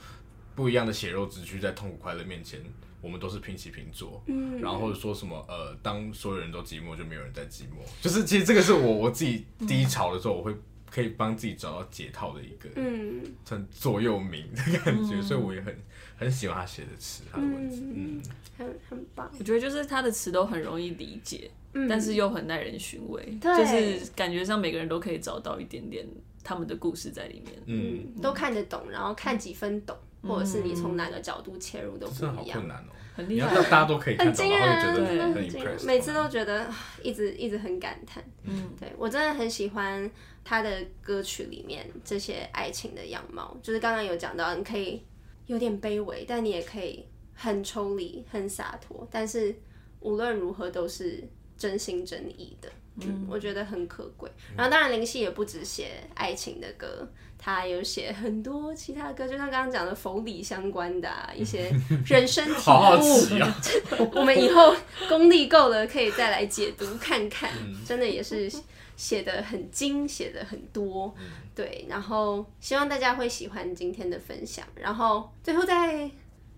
不一样的血肉之躯在痛苦快乐面前。我们都是平起平坐，嗯，然后或者说什么呃，当所有人都寂寞，就没有人在寂寞，就是其实这个是我我自己嗯低潮的时候，我会可以帮自己找到解套的一个嗯。很座右铭的感觉，嗯所以我也很很喜欢他写的词，他的文字。嗯，很很棒，我觉得就是他的词都很容易理解，但是又很耐人寻味，嗯对就是感觉上每个人都可以找到一点点他们的故事在里面。嗯，都看得懂，然后看几分懂，或者是你从哪个角度切入都不真的好一样困，难哦、很你厉要害让大家都可以看很到，惊人然啊，后又觉真得的很很惊人， impressed，每次都觉得啊一直一直很感叹，嗯，对我真的很喜欢他的歌曲里面这些爱情的样貌，就是刚刚有讲到，你可以有点卑微，但你也可以很抽离、很洒脱，但是无论如何都是真心真意的。嗯，我觉得很可贵。然后当然，林夕也不只写爱情的歌，他有写很多其他歌，就像刚刚讲的佛理相关的、啊、一些人生体 好好悟奇啊、 我们以后功力够了，可以再来解读看看。嗯真的也是写的很精，写的很多，嗯对。然后希望大家会喜欢今天的分享。然后最后再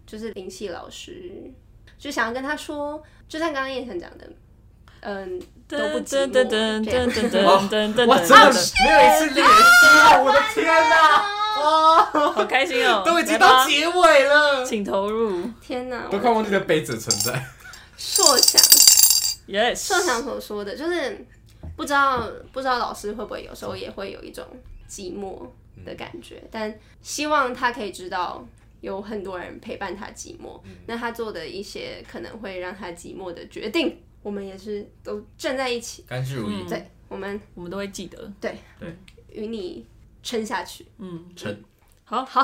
就是林夕老师，就想要跟他说，就像刚刚燕晨讲的，嗯，都不寂寞。这样噔噔我真的没有一次令人失望，我的天哪、哦，好开心哦！都已经啊来到吧结尾了，请投入 天哪，都我快忘记了杯子的存在。硕想，yes，硕想所说的，就是不知道不知道老师会不会有时候也会有一种寂寞的感觉，但希望他可以知道有很多人陪伴他寂寞。嗯那他做的一些可能会让他寂寞的决定，我们也是都站在一起，甘之如嗯饴，对我们我们都会记得。与你撑下去。成。好好，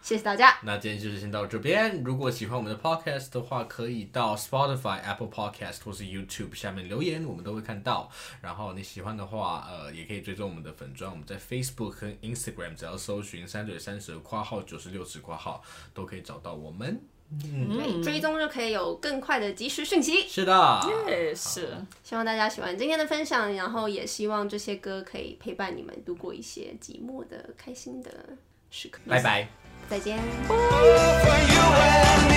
谢谢大家，那今天就是先到这边。如果喜欢我们的 podcast 的话，可以到 Spotify、Apple Podcast 或是 YouTube 下面留言，我们都会看到。然后你喜欢的话，呃，也可以追踪我们的粉砖，我们在 Facebook 跟 Instagram 只要搜寻“三嘴三舌”括号九十六尺括号，都可以找到我们。对，追踪就可以有更快的及时讯息。是的，也是，希望大家喜欢今天的分享，然后也希望这些歌可以陪伴你们度过一些寂寞的、开心的时刻。拜拜。再见。 for you and